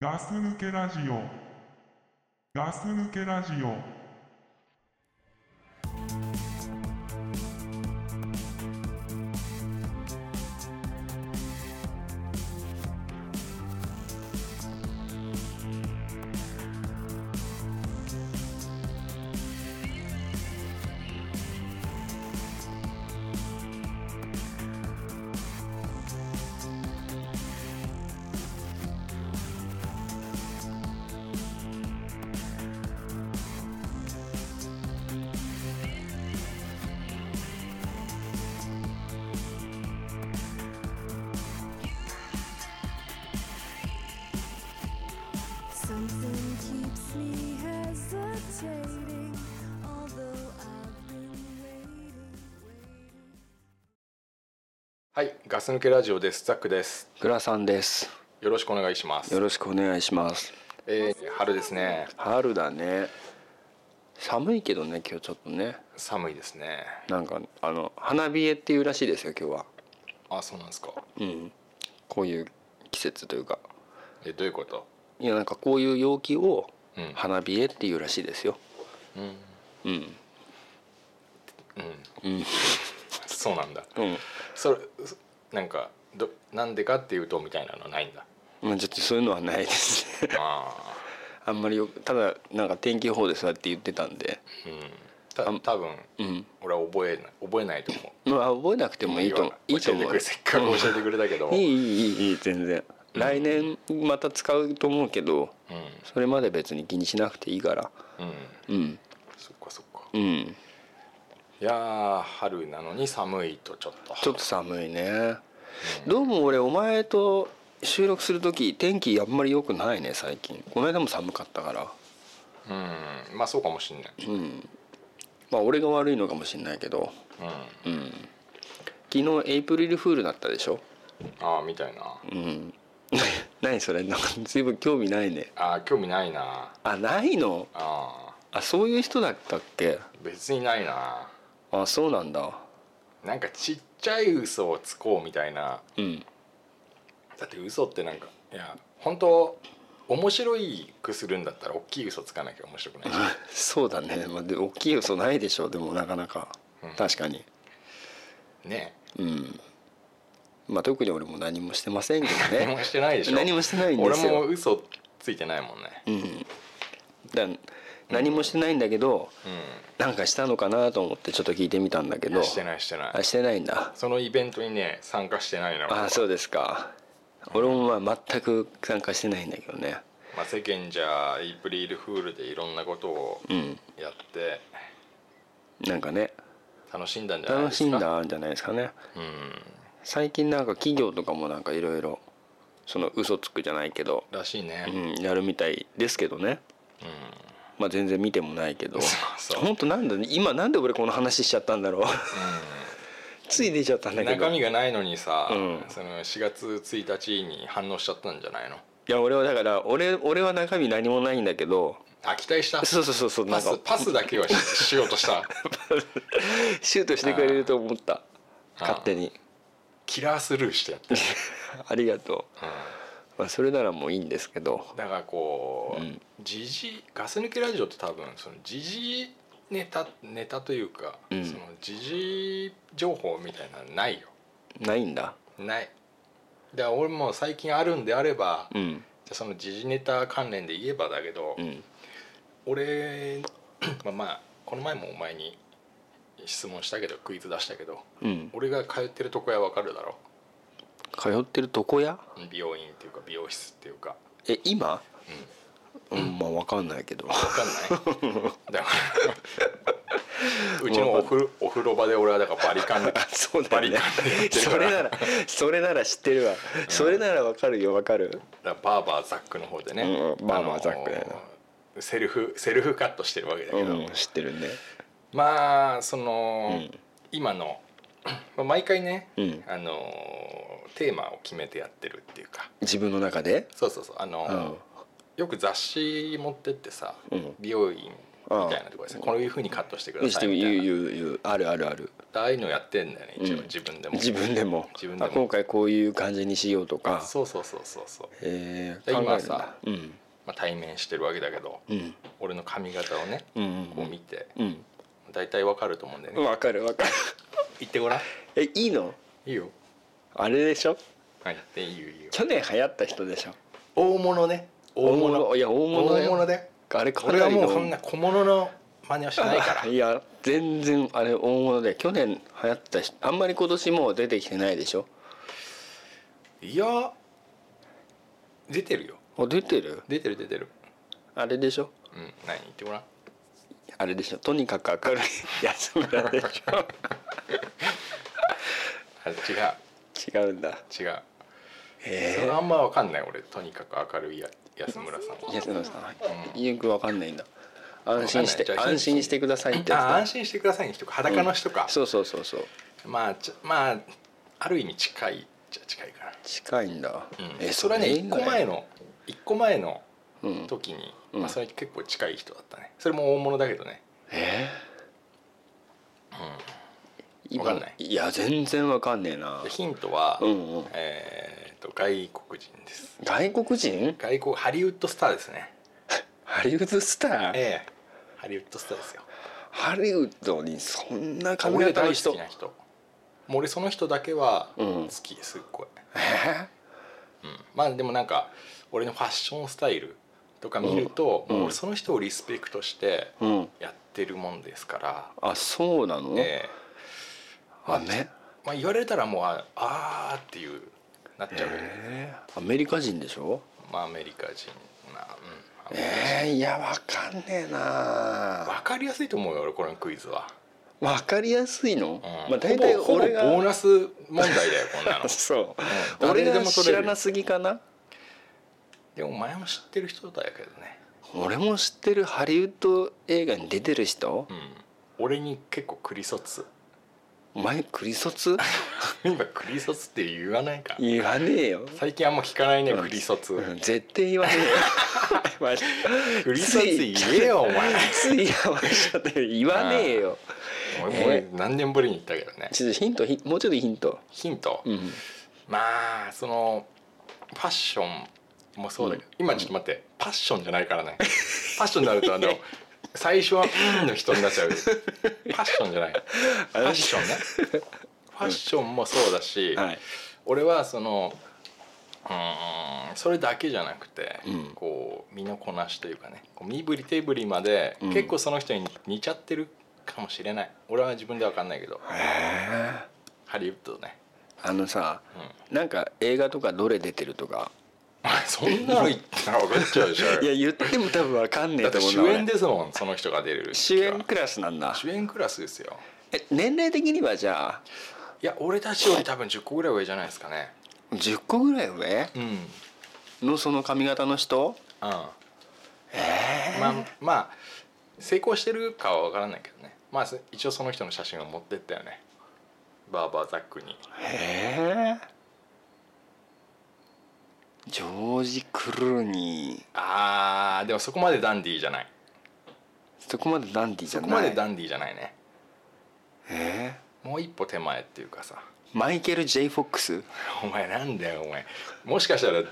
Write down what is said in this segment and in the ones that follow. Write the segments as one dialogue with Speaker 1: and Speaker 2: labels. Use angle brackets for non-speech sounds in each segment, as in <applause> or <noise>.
Speaker 1: ガス抜けラジオガス抜けラジオ
Speaker 2: はい、ガス抜けラジオです。ザックです。
Speaker 3: グラさんです。
Speaker 2: よろしくお願いします。
Speaker 3: よろしくお願いします。
Speaker 2: えー春ですね。
Speaker 3: 春だね。寒いけどね、今日ちょっとね。
Speaker 2: 寒いですね。
Speaker 3: なんかあの花冷えっていうらしいですよ、今日は。
Speaker 2: あ、そうなんですか。
Speaker 3: うん。こういう季節というか、
Speaker 2: え、どういうこと？
Speaker 3: いやなんかこういう陽気を
Speaker 2: うん
Speaker 3: 花冷えっていうらしいですよ。
Speaker 2: うん。うん。
Speaker 3: うん。
Speaker 2: うん。
Speaker 3: うん
Speaker 2: そうなんだ。
Speaker 3: うん。
Speaker 2: それ、そなんかどなんでかっていうとみたいなのないんだ。
Speaker 3: まあちょっとそういうのはないです <laughs> ね。
Speaker 2: あ
Speaker 3: あんまりよくただなんか天気予報でそうやって言ってたんで。
Speaker 2: あ、うん。た多分、
Speaker 3: うん。
Speaker 2: 俺は覚えない覚えないと思
Speaker 3: まあ覚えなくて
Speaker 2: う。
Speaker 3: もいいと思
Speaker 2: わ
Speaker 3: う。いいと思
Speaker 2: 教えてく
Speaker 3: う
Speaker 2: れ。せっかく教えてくれたけど。
Speaker 3: いいいいいいいい全然来年また使うと思うけど
Speaker 2: うん。
Speaker 3: それまで別に気にしなくていいから
Speaker 2: うん。
Speaker 3: うん
Speaker 2: そっかそっか。
Speaker 3: うん
Speaker 2: いやー春なのに寒いとちょっと。
Speaker 3: ちょっと寒いねどうも俺お前と収録する時天気あんまり良くないね最近この間も寒かったから
Speaker 2: うん。まあそうかもしんない。
Speaker 3: うんまあ俺が悪いのかもしんないけど
Speaker 2: うん。
Speaker 3: うん昨日エイプリルフールだったでしょ
Speaker 2: ああみたいな。
Speaker 3: うん <laughs> 何それなんか随分興味ないね
Speaker 2: あー興味ないな
Speaker 3: あないの
Speaker 2: あ
Speaker 3: あそういう人だったっけ
Speaker 2: ー別にないな
Speaker 3: あそうなんだ
Speaker 2: なんかちっちゃい嘘をつこうみたいな
Speaker 3: うん
Speaker 2: だって嘘ってなんかいや本当面白いくするんだったら大きい嘘つかなきゃ面白くないし
Speaker 3: そうだね、まあ、で大きい嘘ないでしょでもなかなか、
Speaker 2: うん
Speaker 3: 確かに
Speaker 2: ね
Speaker 3: うんまあ特に俺も何もしてませんけど
Speaker 2: 何
Speaker 3: ね
Speaker 2: もしてないでしょ
Speaker 3: 何もしてないんですよ
Speaker 2: 俺も嘘ついてないもんね
Speaker 3: うんだ何もしてないんだけど、なんかしたのかなと思ってちょっと聞いてみたんだけ
Speaker 2: うん
Speaker 3: ど
Speaker 2: してないしてない
Speaker 3: あしてないんだ
Speaker 2: そのイベントにね参加してないな、
Speaker 3: あそうですか俺もまあ全く参加してないんだけどね
Speaker 2: まあ、世間じゃエイプリルフールでいろんなことを
Speaker 3: うん
Speaker 2: やって
Speaker 3: なんかね
Speaker 2: 楽しんだんじゃないで
Speaker 3: 楽
Speaker 2: す
Speaker 3: し
Speaker 2: か
Speaker 3: んだんじゃないですかね
Speaker 2: うん
Speaker 3: 最近なんか企業とかもなんかいろいろその嘘つくじゃないけど
Speaker 2: らしいね
Speaker 3: うん、やるみたいですけどね、
Speaker 2: うん
Speaker 3: まあ、全然見てもないけど
Speaker 2: そうそう
Speaker 3: 本当なんだ今なんで俺この話しちゃったんだろう <laughs> つい出ちゃったんだけど
Speaker 2: 中身がないのにさ、
Speaker 3: うん
Speaker 2: その4月1日に反応しちゃったんじゃないの
Speaker 3: いや俺はだから俺俺は中身何もないんだけど
Speaker 2: あ期待した
Speaker 3: そうそうそうそうな
Speaker 2: パ
Speaker 3: んか
Speaker 2: スパスだけはししようとした <laughs>
Speaker 3: シュートしてくれると思った
Speaker 2: あー
Speaker 3: 勝手に
Speaker 2: キラースルーしてやって、
Speaker 3: ありがと
Speaker 2: う
Speaker 3: う、まあ、それならもういいんですけど
Speaker 2: んだからこう、
Speaker 3: うん
Speaker 2: ジジガス抜けラジオって多分そのジジネタネタというか、
Speaker 3: うん
Speaker 2: そのジジ情報みたいなのないよ
Speaker 3: ないんだ
Speaker 2: ないだから俺も最近あるんであれば、
Speaker 3: う
Speaker 2: じ
Speaker 3: ん
Speaker 2: ゃあそのジジネタ関連で言えばだけど、
Speaker 3: うん
Speaker 2: 俺まあまあこの前もお前に質問したけどクイズ出したけど
Speaker 3: うん
Speaker 2: 俺が通ってる床屋わかるだろ
Speaker 3: 通ってる床屋
Speaker 2: 美容院っていうか美容室っていうか
Speaker 3: え今、うん、まあわかんないけ
Speaker 2: <laughs>
Speaker 3: ど
Speaker 2: わか
Speaker 3: <laughs>
Speaker 2: んないだからうちのお風呂お風呂場で俺はだからバリカンで
Speaker 3: そう
Speaker 2: バ
Speaker 3: だ
Speaker 2: リ
Speaker 3: よ
Speaker 2: カ
Speaker 3: ね
Speaker 2: ンでやってるか
Speaker 3: それ
Speaker 2: ら
Speaker 3: な
Speaker 2: だ
Speaker 3: ら
Speaker 2: か
Speaker 3: それなら知ってるわ、それならわかるよわかる
Speaker 2: らバーバーザックの方でね、
Speaker 3: うんうんバーバーザックだよな
Speaker 2: あのセルフセルフカットしてるわけだけど、
Speaker 3: うん知ってるね
Speaker 2: まあその、
Speaker 3: うん
Speaker 2: 今のまあ毎回ね、
Speaker 3: うん
Speaker 2: あのテーマを決めてやってるっていうか
Speaker 3: 自分の中で
Speaker 2: そうそうそうあの、
Speaker 3: うん
Speaker 2: よく雑誌持ってってさ、
Speaker 3: うん
Speaker 2: 美容院みたいなところですね、こういうふうにカットしてくだ
Speaker 3: し
Speaker 2: さ
Speaker 3: て
Speaker 2: い
Speaker 3: 言
Speaker 2: みた
Speaker 3: う
Speaker 2: いな
Speaker 3: 言う言うあるあるある
Speaker 2: ああいうのやってんだよね一応
Speaker 3: うん
Speaker 2: 自分でも、
Speaker 3: 自分でも
Speaker 2: 自分でも
Speaker 3: あ今回こういう感じにしようとか
Speaker 2: そうそうそうそうそう、
Speaker 3: えー、
Speaker 2: で
Speaker 3: 考えるんだ
Speaker 2: 今さ
Speaker 3: うん
Speaker 2: まあ、対面してるわけだけど
Speaker 3: うん
Speaker 2: 俺の髪型をね
Speaker 3: うん
Speaker 2: こう見て
Speaker 3: うん
Speaker 2: 大体わかると思うんだよ
Speaker 3: うん
Speaker 2: ね
Speaker 3: わかるわかる <laughs>
Speaker 2: 言ってごらん
Speaker 3: えいいの
Speaker 2: いいよ
Speaker 3: あれでしょ
Speaker 2: はいでいいよいいよ
Speaker 3: 去年流行った人でしょ
Speaker 2: 大物ね大物
Speaker 3: いや大物だ
Speaker 2: 大
Speaker 3: よ
Speaker 2: 物で
Speaker 3: あれか
Speaker 2: 俺は
Speaker 3: なり
Speaker 2: も
Speaker 3: の
Speaker 2: うそんな小物の真似はしないから
Speaker 3: <laughs> いや全然あれ大物で去年流行ったしあんまり今年もう出てきてないでしょ
Speaker 2: いや出てるよ
Speaker 3: あ出てる
Speaker 2: 出てる出てる
Speaker 3: あれでしょ
Speaker 2: うん何言ってごらん
Speaker 3: あれでしょとにかく明るい <laughs> 安村でしょ
Speaker 2: あ違
Speaker 3: <laughs> 違うんだ
Speaker 2: う違うそ
Speaker 3: え
Speaker 2: れあんまわかんない俺とにかく明るいや安村さん
Speaker 3: え
Speaker 2: は
Speaker 3: 安村さんはいよくわかんないんだ安心して
Speaker 2: わかんないじゃあ
Speaker 3: 安心してくださいってやつ
Speaker 2: あ
Speaker 3: だ
Speaker 2: 安心してくださいの人か裸の人か、
Speaker 3: そうそうそうそう
Speaker 2: まあちょまあある意味近いっちゃ近いか
Speaker 3: 近いんだ、
Speaker 2: な、うん、
Speaker 3: え
Speaker 2: それはね
Speaker 3: いいん
Speaker 2: 1
Speaker 3: だ
Speaker 2: 個
Speaker 3: よ
Speaker 2: 前の一個前の
Speaker 3: うん
Speaker 2: 時に、
Speaker 3: うん
Speaker 2: まあ、それ結構近い人だったねそれも大物だけどね
Speaker 3: え
Speaker 2: わかんない
Speaker 3: いや全然わかんねえな
Speaker 2: でヒントは、
Speaker 3: うんうん
Speaker 2: えー、と外国人です
Speaker 3: 外国人
Speaker 2: 外国ハリウッドスターですね
Speaker 3: ハリウッドスター
Speaker 2: ええハリウッドスターですよ
Speaker 3: ハリウッドにそんな髪
Speaker 2: 俺
Speaker 3: 型
Speaker 2: 大
Speaker 3: の
Speaker 2: 好
Speaker 3: 人
Speaker 2: きな人もう俺その人だけは
Speaker 3: うん
Speaker 2: 好きすっごい、
Speaker 3: え
Speaker 2: うんまあでもなんか俺のファッションスタイルとか見ると、
Speaker 3: うん
Speaker 2: もう俺その人をリスペクトして
Speaker 3: ーうん
Speaker 2: やってるもんですから、
Speaker 3: あそうなの、
Speaker 2: ええ
Speaker 3: あめ
Speaker 2: まあ、言われたらもうああーっていうなっちゃうよね、
Speaker 3: えーアメリカ人でしょ
Speaker 2: まあアメリカ人まあうん
Speaker 3: えー、いやわかんねえな
Speaker 2: わかりやすいと思うよ俺このクイズは、
Speaker 3: わかりやすいの、
Speaker 2: うん
Speaker 3: まあ大体
Speaker 2: ほぼほぼ
Speaker 3: 俺が
Speaker 2: ボーナス問題だよこんなの
Speaker 3: <laughs> そう、
Speaker 2: うん誰
Speaker 3: 俺
Speaker 2: で
Speaker 3: が
Speaker 2: も取
Speaker 3: 知
Speaker 2: れる
Speaker 3: らなすぎかな
Speaker 2: でもお前も知ってる人だけどね、
Speaker 3: 俺も知ってるハリウッド映画に出てる人
Speaker 2: う、ん、俺に結構クリソツ
Speaker 3: お前クリソツ
Speaker 2: 今クリソツって言わないか
Speaker 3: 言わねえ
Speaker 2: <laughs>
Speaker 3: よ
Speaker 2: 最近あんま聞かないねクリソツ
Speaker 3: うん絶対言わね
Speaker 2: <laughs>
Speaker 3: <laughs> えよ
Speaker 2: クリソツ言えよお前
Speaker 3: <laughs> つい合わせちゃって言わねえよ
Speaker 2: 俺もう何年ぶりに言ったけどね
Speaker 3: ちょっとヒントヒもうちょっとヒント
Speaker 2: ヒント、
Speaker 3: うん
Speaker 2: まあそのファッションもそうだけど、今ちょっと待ってパッションじゃないからねパッションになるとあの最初は「うん」の人になっちゃ
Speaker 3: <laughs>
Speaker 2: うパッションじゃないファッションね
Speaker 3: <laughs>
Speaker 2: ファッションもそうだし、
Speaker 3: はい
Speaker 2: 俺はそのうーんそれだけじゃなくて、
Speaker 3: うん
Speaker 2: こう身のこなしというかねこう身振り手振りまで、
Speaker 3: うん
Speaker 2: 結構その人に似ちゃってるかもしれない俺は自分では分かんないけど
Speaker 3: へえ
Speaker 2: ハリウッドね、
Speaker 3: あのさ
Speaker 2: うん、
Speaker 3: なんか映画とかどれ出てるとか
Speaker 2: <laughs> そんなの言ったら分かっちゃうで <laughs> しょ
Speaker 3: いや言っても多分わかんね
Speaker 2: だ
Speaker 3: え
Speaker 2: って
Speaker 3: と思うな
Speaker 2: 主演
Speaker 3: 俺
Speaker 2: ですもんその人が出る
Speaker 3: 主演クラスなんだ
Speaker 2: 主演クラスですよ
Speaker 3: え年齢的にはじゃあ
Speaker 2: いや俺たちより多分10個ぐらい上じゃないですかね
Speaker 3: 10個ぐらい上
Speaker 2: うんうん
Speaker 3: のその髪型の人
Speaker 2: まあまあ成功してるかは分からないけどねまあ一応その人の写真を持ってったよねバーバーザックに
Speaker 3: へえジョージ・クルーニー
Speaker 2: あーでもそこまでダンディーじゃない
Speaker 3: そこまでダンディーじゃ
Speaker 2: そ
Speaker 3: な
Speaker 2: こ
Speaker 3: い
Speaker 2: までダンディーじゃないね
Speaker 3: え
Speaker 2: もう一歩手前っていうかさ
Speaker 3: ーマイケル・ J ・フォックス
Speaker 2: <laughs> お前なんだよお前もしかしたら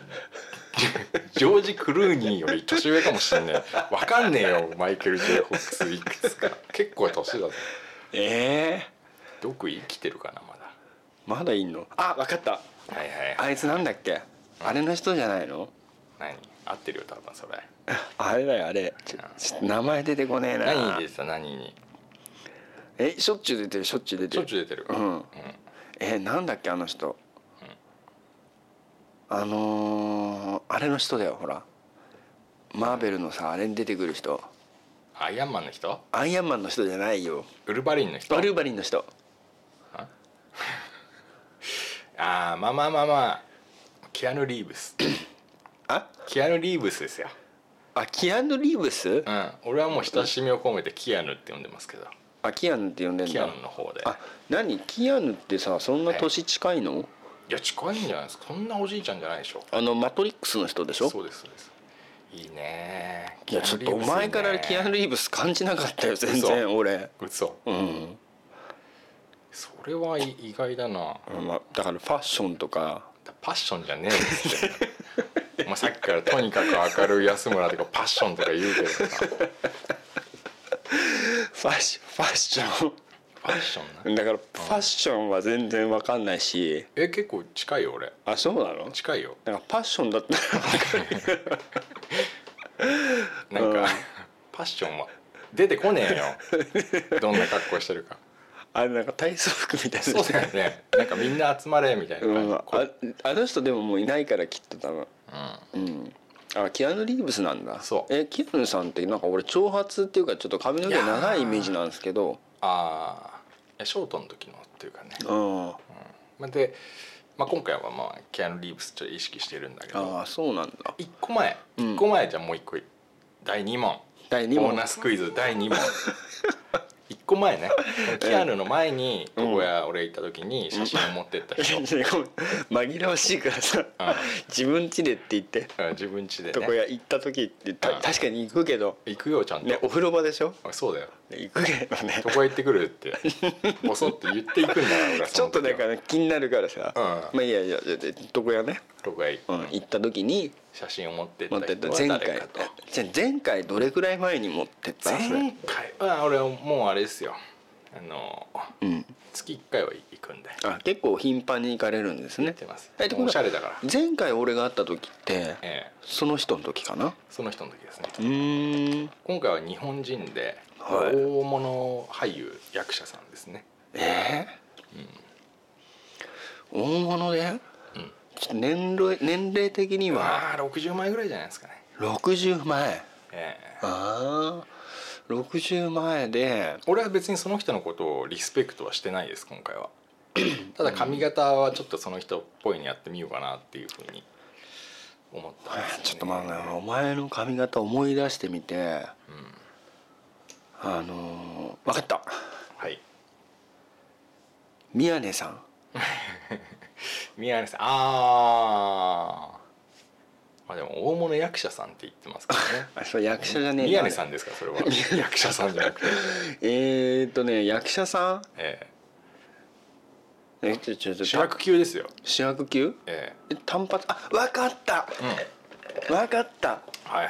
Speaker 2: ジョージ・クルーニーより年上かもしれないわかんねえよマイケル・ J ・フォックスいくつか結構年だぞ
Speaker 3: ええ
Speaker 2: 毒生きてるかなまだ
Speaker 3: まだいんのあわかった
Speaker 2: はいはいはい
Speaker 3: あいつなんだっけあれの人じゃないの
Speaker 2: 何合ってるよ多分それ
Speaker 3: あれだよあれちょちょ名前出てこねえな
Speaker 2: 何に出てた何に
Speaker 3: えしょっちゅう出てるしょっちゅう出て
Speaker 2: しょっ
Speaker 3: る
Speaker 2: ちゅう出てる
Speaker 3: うんえなんだっけあの人、あのーあれの人だよほらマーベルのさあれに出てくる人
Speaker 2: アイアンマンの人
Speaker 3: アイアンマンの人じゃないよ
Speaker 2: ウルバリンの人
Speaker 3: バルーバリンの人
Speaker 2: ああまあまあまあまあキアヌ・リーブス
Speaker 3: あ
Speaker 2: キアヌ・リーブスですよ
Speaker 3: あキアヌ・リーブス
Speaker 2: うん俺はもう親しみを込めてキアヌって呼んでますけど
Speaker 3: あキアヌって呼んでん
Speaker 2: キア
Speaker 3: だ
Speaker 2: ヌの方で
Speaker 3: あ何キアヌってさそんな年近いの、
Speaker 2: いや近いんじゃないですかそんなおじいちゃんじゃないでしょ
Speaker 3: あのマトリックスの人でしょ
Speaker 2: そうですそうですいいね
Speaker 3: いやちょっとお前からキアヌ・リーブス感じなかったよ全
Speaker 2: 嘘
Speaker 3: 然俺
Speaker 2: 嘘
Speaker 3: うん
Speaker 2: それは意外だな
Speaker 3: まあ、だからファッションとか
Speaker 2: パッションじゃねえですよまあさっきからとにかく明るい安村とかパッションとか言うけどさ
Speaker 3: ファッシファッシ <laughs> ョ
Speaker 2: パッションな
Speaker 3: ンだからファッションは全然わかんないし
Speaker 2: え結構近いよ俺
Speaker 3: あそうなの
Speaker 2: 近いよ
Speaker 3: なんかパッション
Speaker 2: <laughs>
Speaker 3: だったらわかる
Speaker 2: なん
Speaker 3: うん
Speaker 2: かパッションは出てこねえよどんな格好してるか
Speaker 3: あれなんか体操服みたいな
Speaker 2: そうだよねなんかみんな集まれみたいな
Speaker 3: う
Speaker 2: 感
Speaker 3: ん、
Speaker 2: じ
Speaker 3: ああの人でももういないからきっと多分うんあキアヌ・リーブスなんだ
Speaker 2: そう
Speaker 3: えキアヌさんってなんか俺長髪っていうかちょっと髪の毛長いイメージなんですけど
Speaker 2: ああショートの時のっていうかね、
Speaker 3: うんあ
Speaker 2: まあ、で、まあ、今回はまあキアヌ・リーブスちょっと意識してるんだけど
Speaker 3: あそうなんだ
Speaker 2: 1個前
Speaker 3: うん
Speaker 2: 1個前じゃもう1個い第2問
Speaker 3: 第2
Speaker 2: ボー
Speaker 3: <laughs> 問
Speaker 2: ナスクイズ第2問1個前ねキアヌの前に
Speaker 3: うん
Speaker 2: 床屋俺行った時に写真を持ってった
Speaker 3: <laughs>
Speaker 2: 人、うん
Speaker 3: ごめん紛らわしいからさ自分家でって言って
Speaker 2: うん自分家で
Speaker 3: 床
Speaker 2: ね
Speaker 3: 屋行った時って
Speaker 2: う
Speaker 3: た
Speaker 2: ん
Speaker 3: 確かに行くけど
Speaker 2: 行くよちゃんと、
Speaker 3: ねお風呂場でしょ
Speaker 2: あそうだよ
Speaker 3: ね行くけどね
Speaker 2: 床屋行ってくるっ
Speaker 3: <laughs>
Speaker 2: てボソッと言っていくんだから俺は
Speaker 3: ちょっとなんか
Speaker 2: ね
Speaker 3: ね気になるからさ
Speaker 2: うん
Speaker 3: まあいいやいやいやで床屋ね
Speaker 2: 床屋
Speaker 3: うん行った時に
Speaker 2: 写真を持ってっ
Speaker 3: 持ったてった
Speaker 2: 人
Speaker 3: 前
Speaker 2: は
Speaker 3: 回
Speaker 2: 誰かと
Speaker 3: じゃあ前回どれくらい前に持ってったそれ
Speaker 2: 前回は俺はもうあれですよあの
Speaker 3: うん
Speaker 2: 月1回は行くんで
Speaker 3: あ結構頻繁に行かれるんです
Speaker 2: 行っ
Speaker 3: ね
Speaker 2: てます
Speaker 3: えってことは
Speaker 2: おしゃれだから、
Speaker 3: 前回俺が会った時って
Speaker 2: ええ
Speaker 3: その人の時かな
Speaker 2: その人の時ですね
Speaker 3: うん
Speaker 2: 今回は日本人で
Speaker 3: は
Speaker 2: 大
Speaker 3: い
Speaker 2: 物俳優役者さんですね、
Speaker 3: えー大物で
Speaker 2: うん
Speaker 3: ちょっと年齢年齢的には
Speaker 2: まあ60枚ぐらいじゃないですかね、
Speaker 3: 60前
Speaker 2: ええ
Speaker 3: ああ60前で
Speaker 2: 俺は別にその人のことをリスペクトはしてないです今回
Speaker 3: <clears throat>
Speaker 2: はただ髪型はちょっとその人っぽいにやってみようかなっていうふうに思ったんですよね、
Speaker 3: ちょっと待ってお前の髪型思い出してみて
Speaker 2: うん
Speaker 3: あのー、分かった
Speaker 2: はい
Speaker 3: 宮根さん
Speaker 2: 宮根さんあーまあでも大物役者さんって言ってますからね
Speaker 3: あそれ <laughs> 役者じゃねえ
Speaker 2: 宮根さ
Speaker 3: ん
Speaker 2: んですかそれは役者さんじゃなくて
Speaker 3: <laughs> えー、っとね役者さん
Speaker 2: え
Speaker 3: えちょちょち
Speaker 2: え
Speaker 3: ょ
Speaker 2: 主役級ですよ
Speaker 3: 主役級
Speaker 2: え
Speaker 3: え単発あ分かった
Speaker 2: えうんはい
Speaker 3: 分かった
Speaker 2: はいはい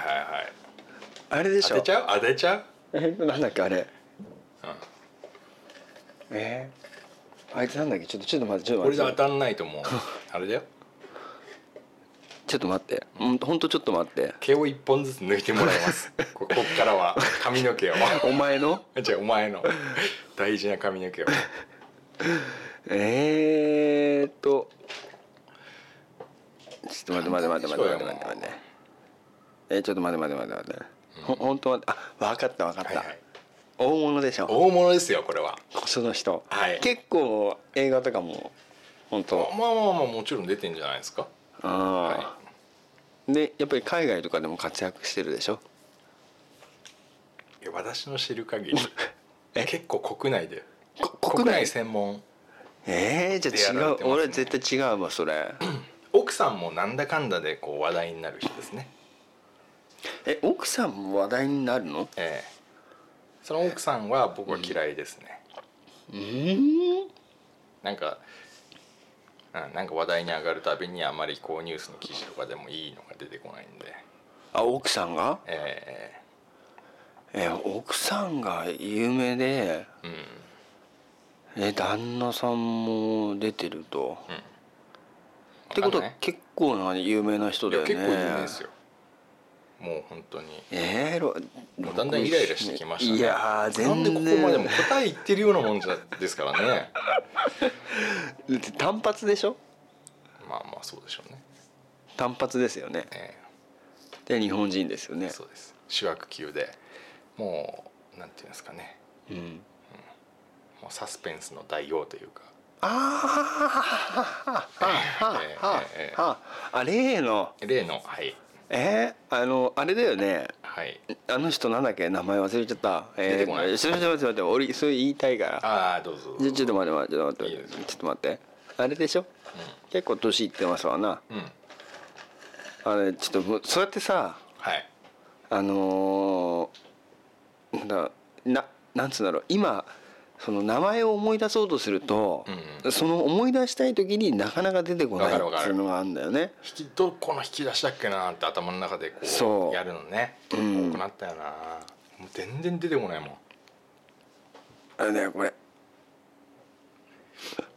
Speaker 3: あれでし
Speaker 2: 当
Speaker 3: ょ
Speaker 2: てちゃう当てちゃう
Speaker 3: えなんだっけあれ
Speaker 2: うん
Speaker 3: えー、あいつなんだっけちょっとちょっと待ってちょっと
Speaker 2: これ
Speaker 3: 待
Speaker 2: じゃ
Speaker 3: っ
Speaker 2: 当
Speaker 3: て
Speaker 2: たんないともう
Speaker 3: <laughs>
Speaker 2: あれだよ
Speaker 3: ちょっと待ってほんほんとちょっと待って
Speaker 2: 毛を一本ずつ抜いてもらい
Speaker 3: <laughs>
Speaker 2: ますここっからは髪の毛を
Speaker 3: お前の
Speaker 2: じゃあお前の大事な髪の毛を
Speaker 3: えー、っとちょっと待って待って待って待って待って待って待ってえー、ちょっと待って待って待って待って、ほほんと待ってあ分かった分かっ
Speaker 2: はい
Speaker 3: た、
Speaker 2: はい
Speaker 3: 大物でしょ
Speaker 2: 大物ですよこれは
Speaker 3: その人、
Speaker 2: はい
Speaker 3: 結構映画とかも本
Speaker 2: ま
Speaker 3: 当
Speaker 2: あまあまあもちろん出てんじゃないですか
Speaker 3: ああ、でやっぱり海外とかでも活躍してるでしょ
Speaker 2: いや私の知る限り
Speaker 3: え
Speaker 2: 結構国内で
Speaker 3: こ国内
Speaker 2: 専門
Speaker 3: えー、じゃあ違
Speaker 2: でやられ、てま
Speaker 3: う
Speaker 2: すね
Speaker 3: 俺は絶対違うわそれ
Speaker 2: 奥さんもなんだかんだでこう話題になる人ですね
Speaker 3: え奥さんも話題になるの
Speaker 2: ええその奥さんは僕は嫌いですね、
Speaker 3: うん
Speaker 2: なんか、うん、なんか話題に上がるたびにあまりこうニュースの記事とかでもいいのが出てこないんで、
Speaker 3: あ奥さんが
Speaker 2: え
Speaker 3: え奥さんが有名で
Speaker 2: えうん、
Speaker 3: え旦那さんも出てると、
Speaker 2: うん
Speaker 3: ってこと
Speaker 2: わかんな
Speaker 3: はい結構な有名な人だ
Speaker 2: い
Speaker 3: よ
Speaker 2: や
Speaker 3: ね
Speaker 2: 結構有名ですよもう本当に
Speaker 3: えーろ
Speaker 2: もうだんだんイライラしてきましたね
Speaker 3: いやー
Speaker 2: なん
Speaker 3: 全
Speaker 2: で
Speaker 3: 然
Speaker 2: ここまでも答え言ってるようなもんじゃですからね <laughs>
Speaker 3: 単発でしょ
Speaker 2: まあまあそうでしょうね、
Speaker 3: 単発ですよね
Speaker 2: え
Speaker 3: で日本人ですよ
Speaker 2: え
Speaker 3: ね
Speaker 2: そうです主役級でもうなんていうんですかね
Speaker 3: うん
Speaker 2: もうサスペンスの代用というか
Speaker 3: あーはあは
Speaker 2: ええ
Speaker 3: あは
Speaker 2: ええ
Speaker 3: あはああ例の
Speaker 2: 例のはい
Speaker 3: えー、あのあれだよね
Speaker 2: はい
Speaker 3: あの人なんだっけ名前忘れちゃった
Speaker 2: 出
Speaker 3: え
Speaker 2: てこない
Speaker 3: ー、ちょっと待って待って待って俺それ言いたいから
Speaker 2: ああどうぞ
Speaker 3: ちょちょっと待って待って
Speaker 2: いい
Speaker 3: 待って
Speaker 2: です
Speaker 3: ちょっと待ってあれでしょ結構年いってますわな
Speaker 2: うん、うん、
Speaker 3: あれちょっともうそうやってさ
Speaker 2: はい
Speaker 3: あのー、なんだななんつうんだろう今その名前を思い出そうとすると、
Speaker 2: うん
Speaker 3: その思い出したい時になかなか出てこないって
Speaker 2: わかるわか
Speaker 3: い
Speaker 2: る
Speaker 3: うのがあるんだよね。
Speaker 2: 引きどこの引き出しだっけなって頭の中でこう
Speaker 3: そう
Speaker 2: やるのね、
Speaker 3: うん
Speaker 2: 多くなったよなもう全然出てこない
Speaker 3: <laughs>
Speaker 2: もん
Speaker 3: あれだよこれ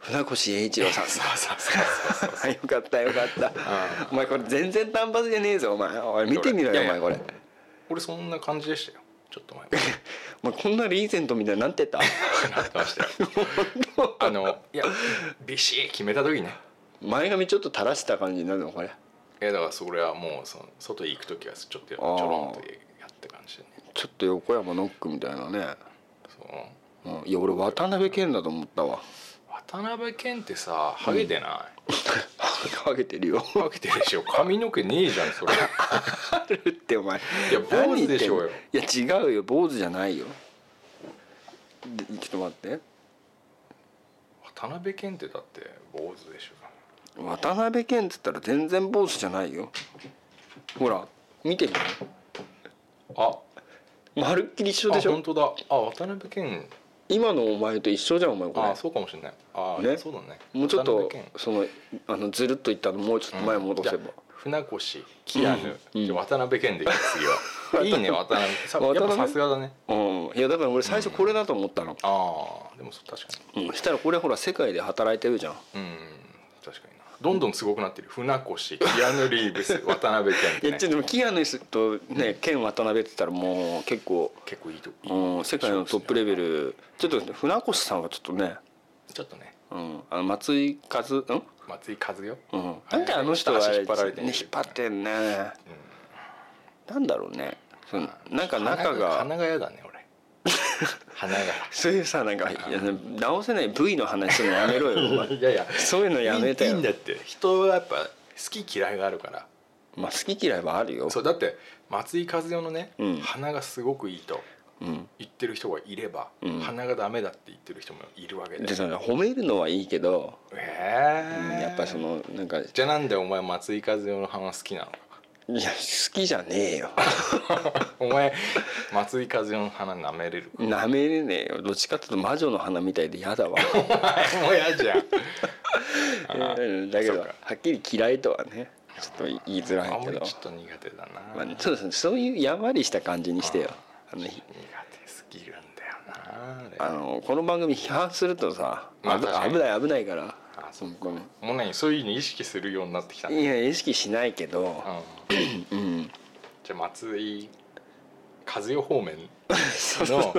Speaker 3: 船越英一郎さん
Speaker 2: そうそうそうそう
Speaker 3: あ <laughs> よかったよかったお前これ全然単発じゃねえぞお前おい見てみろ
Speaker 2: い
Speaker 3: よ
Speaker 2: や
Speaker 3: お
Speaker 2: いや
Speaker 3: 前これ
Speaker 2: 俺そんな感じでしたよちょっと前ま
Speaker 3: お前こんなリーゼントみたい <laughs> になってた <laughs>
Speaker 2: でなってましたよ <laughs> あのいやビシッ決めた時ね
Speaker 3: 前髪ちょっと垂らした感じになるのこれ
Speaker 2: いやだからそれはもうその外へ行く時はちょっとちょろんとやって感じでね
Speaker 3: ちょっと横山ノックみたいなね、
Speaker 2: そう
Speaker 3: うん、いや俺渡辺謙だと思ったわ <laughs>
Speaker 2: 渡辺謙ってさハゲてな
Speaker 3: ハゲてるよ
Speaker 2: い、ハゲてるでし
Speaker 3: <laughs>
Speaker 2: ょ髪の毛ねえじゃんそれ
Speaker 3: あるってお前
Speaker 2: いや坊主でしょうよ
Speaker 3: 何言ってんのいや違うよ坊主じゃないよでちょっと待って
Speaker 2: 渡辺謙ってだって坊主でしょ
Speaker 3: 渡辺謙っつったら全然坊主じゃないよほら見てみ
Speaker 2: あ
Speaker 3: まるっきり一緒でし
Speaker 2: あ
Speaker 3: ょ
Speaker 2: 本当だあ渡辺謙
Speaker 3: 今のお前と一緒じゃんお前こ
Speaker 2: あ
Speaker 3: れ
Speaker 2: そうかもしれないあ、
Speaker 3: ね
Speaker 2: そうだね
Speaker 3: もうちょっ
Speaker 2: 渡
Speaker 3: と
Speaker 2: 辺謙
Speaker 3: そのあのずるっといったのもうちょっと前戻せば、
Speaker 2: 船越キアヌ、
Speaker 3: うん
Speaker 2: じゃあ渡辺謙でいい
Speaker 3: <laughs>
Speaker 2: 次はいいね渡辺さ
Speaker 3: 渡
Speaker 2: やっ
Speaker 3: 辺
Speaker 2: ぱさすがだね
Speaker 3: うんいやだから俺最初これだと思ったの、
Speaker 2: ああでもそう確か
Speaker 3: うんしたらこれほら世界で働いてるじゃん
Speaker 2: にうん確かになどんどんすごくなってる船越キアヌ・リーブ
Speaker 3: <laughs>
Speaker 2: ス渡辺謙っ
Speaker 3: い
Speaker 2: て、
Speaker 3: や
Speaker 2: ね、
Speaker 3: ちょっとでもキアヌスとね剣渡辺って言ったらもう結構、
Speaker 2: 結構いいといい
Speaker 3: うん、世界のトップレベルちょっと船越さんはちょっとね、
Speaker 2: ちょっとね
Speaker 3: うん、あの松井和うん
Speaker 2: 松井和代
Speaker 3: うん、なんであの人は
Speaker 2: 足引っ張られてん
Speaker 3: ね
Speaker 2: ね
Speaker 3: 引っ張ってんね、なんだろうねそのなんか中
Speaker 2: 鼻
Speaker 3: が
Speaker 2: 鼻が嫌だね
Speaker 3: <laughs>
Speaker 2: 俺鼻が
Speaker 3: そういうさなんかいや直せない V の話するのやめ
Speaker 2: <laughs>
Speaker 3: ろよお前
Speaker 2: いやいや
Speaker 3: そういうのやめて
Speaker 2: いい
Speaker 3: よ
Speaker 2: んだって人はやっぱ好き嫌いがあるから
Speaker 3: まあ好き嫌いはあるよ
Speaker 2: そうだって松井和代のね、
Speaker 3: うん
Speaker 2: 鼻がすごくいいと
Speaker 3: うん、
Speaker 2: 言ってる人がいれば、
Speaker 3: うん
Speaker 2: 鼻がダメだって言ってる人もいるわけで
Speaker 3: でその褒めるのはいいけど、
Speaker 2: え
Speaker 3: うん
Speaker 2: ー
Speaker 3: やっぱりそのなんかい
Speaker 2: じゃあなんでお前松井和代の鼻好きなの <laughs> か
Speaker 3: や好きじゃねえよ
Speaker 2: お前松井和代の鼻舐めれ <laughs> る
Speaker 3: なめれねえよどっちかっていうと魔女の花みたいで嫌だわ
Speaker 2: お前もう嫌じゃん <laughs> あー
Speaker 3: うんだけど
Speaker 2: そう
Speaker 3: は
Speaker 2: か
Speaker 3: っきり嫌いとはねちょっと言いづら
Speaker 2: あ
Speaker 3: いけ
Speaker 2: 俺
Speaker 3: ど
Speaker 2: ちょっと苦手だな、
Speaker 3: まあね
Speaker 2: 苦手
Speaker 3: そうですねそういうやんわりした感じにしてよあの
Speaker 2: すぎるんだよなあれ
Speaker 3: あのこの番組批判するとさ、
Speaker 2: まあ
Speaker 3: あぶ
Speaker 2: 確かに
Speaker 3: 危ない危ないから
Speaker 2: あそう
Speaker 3: ごめん
Speaker 2: もう何そういうの意識するようになってきたね
Speaker 3: いや意識しないけど
Speaker 2: うん
Speaker 3: うん
Speaker 2: じゃあ松井和代方面
Speaker 3: <laughs> そ
Speaker 2: の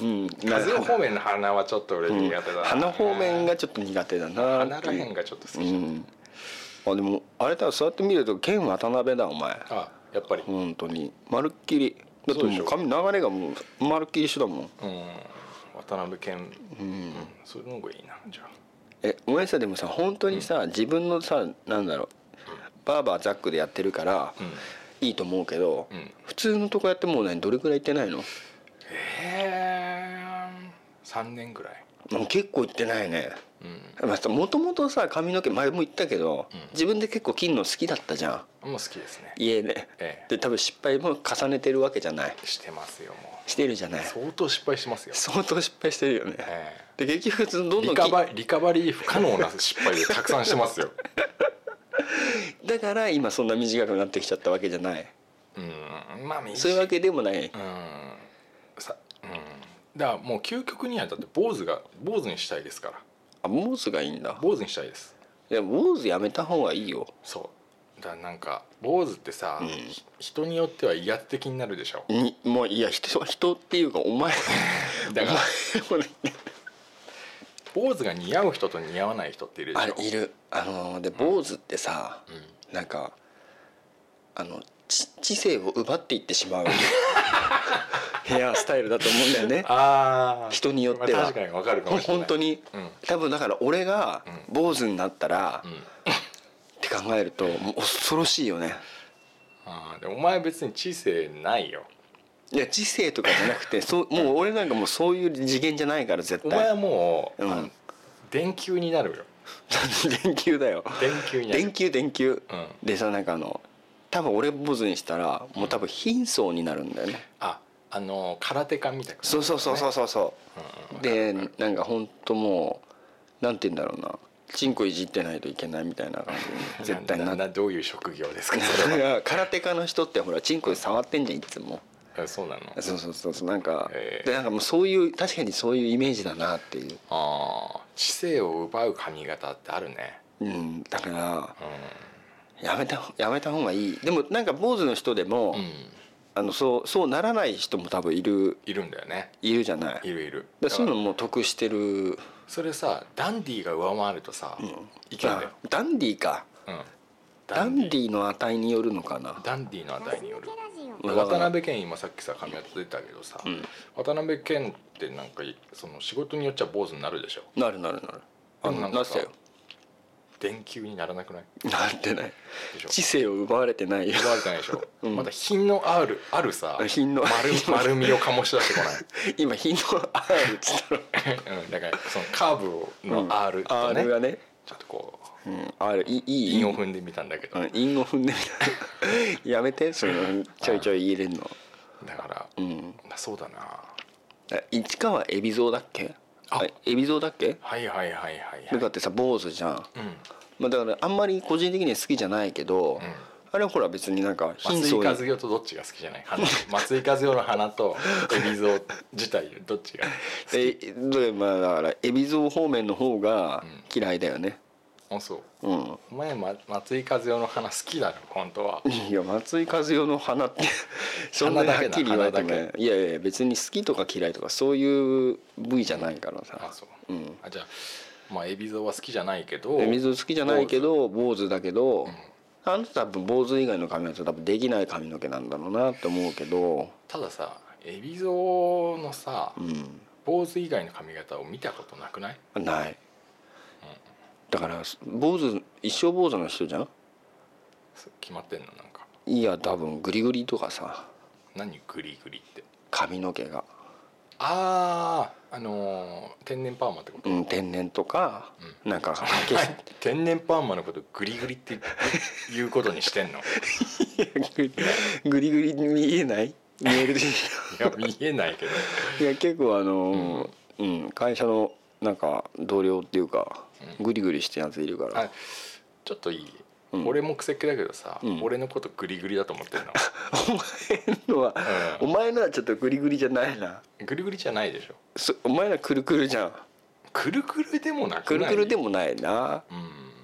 Speaker 3: うん
Speaker 2: 和代方面の鼻はちょっと俺苦手だな、
Speaker 3: 鼻方面がちょっと苦手だな
Speaker 2: 鼻らへんがちょっと好
Speaker 3: う
Speaker 2: きじゃん、
Speaker 3: んあでもあれだそうやって見ると剣渡辺だお前
Speaker 2: あやっぱりうん、
Speaker 3: 本当にまるっきりだっ
Speaker 2: そ
Speaker 3: て
Speaker 2: うで
Speaker 3: も
Speaker 2: し
Speaker 3: う
Speaker 2: ょ
Speaker 3: 髪流れがもうまるっきり一緒だもん
Speaker 2: 渡辺謙
Speaker 3: う
Speaker 2: うんんそれの方がいいなじゃあ
Speaker 3: えお前さでもさ本当にさ、自分のさなんだろうバーバーザックでやってるから、
Speaker 2: うん
Speaker 3: いいと思うけど、
Speaker 2: うん
Speaker 3: 普通のとこやってもう何どれくらい行ってないの
Speaker 2: へえ3年ぐらい
Speaker 3: もう結構行ってないね
Speaker 2: うん
Speaker 3: もともとさ髪の毛前も言ったけど、
Speaker 2: うん
Speaker 3: 自分で結構切るの好きだったじゃん
Speaker 2: もう好きですね
Speaker 3: 家で、
Speaker 2: え
Speaker 3: で多分失敗も重ねてるわけじゃない
Speaker 2: してますよも
Speaker 3: してるじゃないう
Speaker 2: 相当失敗してますよ、
Speaker 3: 相当失敗してるよね、
Speaker 2: ええ
Speaker 3: で結局どんどん
Speaker 2: リ
Speaker 3: 切
Speaker 2: カバリカバリー不可能な失敗でたくさんしてますよ。
Speaker 3: だから今そんな短くなってきちゃったわけじゃない
Speaker 2: うん、まあ
Speaker 3: そういうわけでもな
Speaker 2: う
Speaker 3: い
Speaker 2: んさうんだからもう究極にはだって坊主が坊主にしたいですから
Speaker 3: あ坊主がいいんだ
Speaker 2: 坊主にしたいです
Speaker 3: いや坊主やめた方がいいよ
Speaker 2: そうだからなんか坊主ってさ、ひ人によっては威圧的になるでしょ
Speaker 3: にもういや人人っていうかお前
Speaker 2: <laughs> だから
Speaker 3: お前もね
Speaker 2: 坊主が似合う人と似合わない人っているで
Speaker 3: あ
Speaker 2: し
Speaker 3: れ
Speaker 2: ょ
Speaker 3: いるあので坊主ってさ、
Speaker 2: うん
Speaker 3: なんかあのち知性を奪っていっ
Speaker 2: <laughs>
Speaker 3: てしまうヘアスタイルだと思うんだよね
Speaker 2: あー
Speaker 3: 人によっては
Speaker 2: まあ確かにわかるかもしれない
Speaker 3: 本当
Speaker 2: に
Speaker 3: に、
Speaker 2: うん
Speaker 3: 多分だから俺が
Speaker 2: う
Speaker 3: 坊主になったら、
Speaker 2: う
Speaker 3: っ
Speaker 2: ん
Speaker 3: て考えるともう恐ろしいよね
Speaker 2: あーでもお前別に知性ないよ
Speaker 3: いや知性とかじゃなくてそうもう俺なんかもうそういう次元じゃないから絶
Speaker 2: お前は
Speaker 3: 対
Speaker 2: もう、
Speaker 3: うん
Speaker 2: あの電球になるよ
Speaker 3: 電球だよ
Speaker 2: 電球になる
Speaker 3: 電球電球、
Speaker 2: うん
Speaker 3: でさなんかあの多分俺坊主にしたらもう多分貧相になるんだよね
Speaker 2: ああの空手家みたいな、
Speaker 3: そうそうそうそうそうそう
Speaker 2: うんうんうん
Speaker 3: でなんか本当もうなんて言うんだろうなチンコいじってないといけないみたいな感じに絶対な
Speaker 2: な
Speaker 3: って
Speaker 2: などういう職業です
Speaker 3: <laughs>
Speaker 2: かそれは
Speaker 3: 空空手家の人ってほらチンコ触ってんじゃんいつも
Speaker 2: あそうなの
Speaker 3: そうそうそうそうなんか、
Speaker 2: へえ
Speaker 3: でなんかもうそういう確かにそういうイメージだなっていう、
Speaker 2: ああ知性を奪う髪型ってあるね
Speaker 3: うん、だから
Speaker 2: う
Speaker 3: やめたやめた方がいいでもなんか坊主の人でも、
Speaker 2: ん、うん、
Speaker 3: あのそうそうならない人も多分いる
Speaker 2: いるんだよね
Speaker 3: いるじゃない
Speaker 2: いるいる
Speaker 3: でそういう
Speaker 2: だか
Speaker 3: のもう得してる、
Speaker 2: らそれさダンディが上回るとさ、いけんだよ、
Speaker 3: あダンディか
Speaker 2: うん、
Speaker 3: ダンディの値によるのかな
Speaker 2: ダンディの値による
Speaker 3: うん
Speaker 2: 渡辺謙今さっきさ髪型出たけどさ、
Speaker 3: うん
Speaker 2: 渡辺謙ってなんかいその仕事によっちゃ坊主になるでしょ
Speaker 3: なるなるなるあ
Speaker 2: でも
Speaker 3: の
Speaker 2: な
Speaker 3: な
Speaker 2: か
Speaker 3: んっ
Speaker 2: さ
Speaker 3: てたよ
Speaker 2: 電球にならなくない
Speaker 3: なってない
Speaker 2: でしょ
Speaker 3: 知性を奪われてないよ
Speaker 2: 奪われてないでしょ、
Speaker 3: うん
Speaker 2: まだ品のあるあるさ
Speaker 3: 品の
Speaker 2: 丸丸みを醸し出してこ
Speaker 3: 今品の R っつったろ
Speaker 2: ない、うん、だからそのカーブの R とね、
Speaker 3: R がね、
Speaker 2: ちょっとこう
Speaker 3: うん、R いいいい
Speaker 2: 韻を踏んでみたんだけど、
Speaker 3: うん韻を踏んでみたいな <laughs> やめてそのちょいちょい入れるの
Speaker 2: だから、
Speaker 3: うん
Speaker 2: そうだな
Speaker 3: あ市川海老蔵だっけ
Speaker 2: あ
Speaker 3: あ海老蔵だっけ
Speaker 2: はいはいはいはいはい
Speaker 3: だってさ坊主じゃん、
Speaker 2: うんうん
Speaker 3: まあ、だからあんまり個人的には好きじゃないけど、あれはほら別になんか貧
Speaker 2: 松井
Speaker 3: 相
Speaker 2: 和
Speaker 3: に
Speaker 2: 代とどっちが好きじゃない花松井和代の花と海老蔵自体どっちが
Speaker 3: えでまあだから海老蔵方面の方が嫌いだよね
Speaker 2: あそう
Speaker 3: うん、
Speaker 2: お前、ま、松井和代の花好きだろ本当はい
Speaker 3: や松井和代の
Speaker 2: <laughs>
Speaker 3: 花ってそんなにはっきり言われても
Speaker 2: 花だ
Speaker 3: ねいやいや別に好きとか嫌いとかそういう部位じゃないから
Speaker 2: あ
Speaker 3: さ
Speaker 2: そう
Speaker 3: うん
Speaker 2: あじゃあまあ海老蔵は好きじゃないけど
Speaker 3: 海老蔵好きじゃないけど坊主だけど、あの人多分坊主以外の髪型多分できない髪の毛なんだろうなって思うけど
Speaker 2: たださ海老蔵のさ
Speaker 3: うん
Speaker 2: 坊主以外の髪型を見たことなくない
Speaker 3: ない、だから坊主一生坊主の人じゃん
Speaker 2: そう決まってんのなんか
Speaker 3: いや多分グリグリとかさ
Speaker 2: 何グリグリって
Speaker 3: 髪の毛が、
Speaker 2: あああのー天然パーマってこと
Speaker 3: うん、天然とか、なんか <laughs>
Speaker 2: はい天然パーマのことグリグリって言うことにして
Speaker 3: <laughs>
Speaker 2: んのい
Speaker 3: グリグリに見えない見えるでし
Speaker 2: や見えないけど
Speaker 3: ょいや結構あのー、うん会社のなんか同僚っていうか、グリグリしてるやついるから
Speaker 2: あちょっといい、
Speaker 3: うん
Speaker 2: 俺もクセっ気だけどさ、
Speaker 3: うん
Speaker 2: 俺のことグリグリだと思ってるの、
Speaker 3: お前のは、
Speaker 2: う、
Speaker 3: お前のはちょっとグリグリじゃないなん
Speaker 2: グリグリじゃないでしょ
Speaker 3: そお前のはクルクルじゃん
Speaker 2: くるくるでもなく
Speaker 3: クル
Speaker 2: ない
Speaker 3: クルでもないな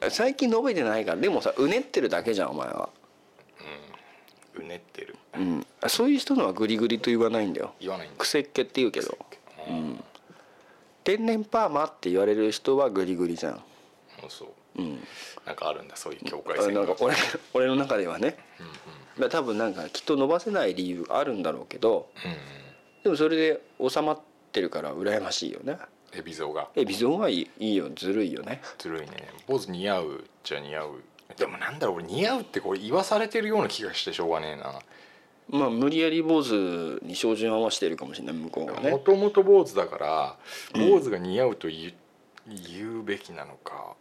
Speaker 2: うん、
Speaker 3: 最近伸びてないからでもさうねってるだけじゃんお前は、
Speaker 2: うねってる
Speaker 3: うん、そういう人のはグリグリと言わないんだよ
Speaker 2: 言わないんだ
Speaker 3: 癖っ気って言うけど
Speaker 2: うん、
Speaker 3: 天然パーマって言われる人はグリグリじゃん、
Speaker 2: そう
Speaker 3: うん、
Speaker 2: なんかあるんだそういう境界
Speaker 3: あ
Speaker 2: 線が
Speaker 3: なんか俺俺の中ではね
Speaker 2: うんうん
Speaker 3: まあ多分なんかきっと伸ばせない理由があるんだろうけど
Speaker 2: うん
Speaker 3: でもそれで収まってるから羨ましいよね
Speaker 2: うん海老蔵が
Speaker 3: えビゾンはいいいいよずるいよね
Speaker 2: ずるいね坊主似合うっちゃ似合うでもなんだろう俺似合うってこう言わされてるような気がしてしょうがねえな
Speaker 3: まあ無理やり坊主に照準合わせてるかもしれない向こうが
Speaker 2: も
Speaker 3: ね
Speaker 2: ともと坊主だから坊主が似合うと言う,、言うべきなのか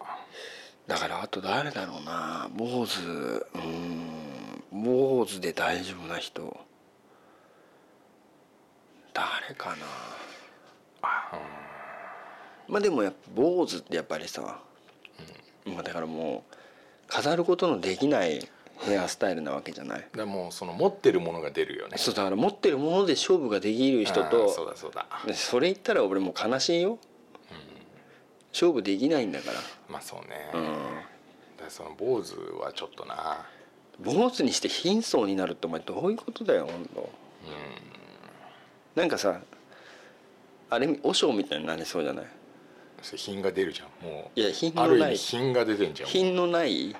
Speaker 3: だからあと誰だろうな坊主うーん坊主で大丈夫な人誰かなまあでもやっぱ坊主ってやっぱりさ、まあだからもう飾ることのできないヘアスタイルなわけじゃない
Speaker 2: だからもうその持ってるものが出るよね
Speaker 3: そうだから持ってるもので勝負ができる人
Speaker 2: あーそう
Speaker 3: と
Speaker 2: だそうだ
Speaker 3: でそれ言ったら俺もう悲しいよ、勝負できないんだから
Speaker 2: まあそうね、
Speaker 3: う
Speaker 2: だか
Speaker 3: ん
Speaker 2: らその坊主はちょっとな
Speaker 3: 坊主にして貧相になるってお前どういうことだよ本当。なんかさあれ和尚みたいになりそうじゃない
Speaker 2: それ品が出るじゃんもう
Speaker 3: いや品
Speaker 2: あ
Speaker 3: の
Speaker 2: る意
Speaker 3: な
Speaker 2: 味
Speaker 3: い
Speaker 2: 品が出てんじゃん
Speaker 3: 品のない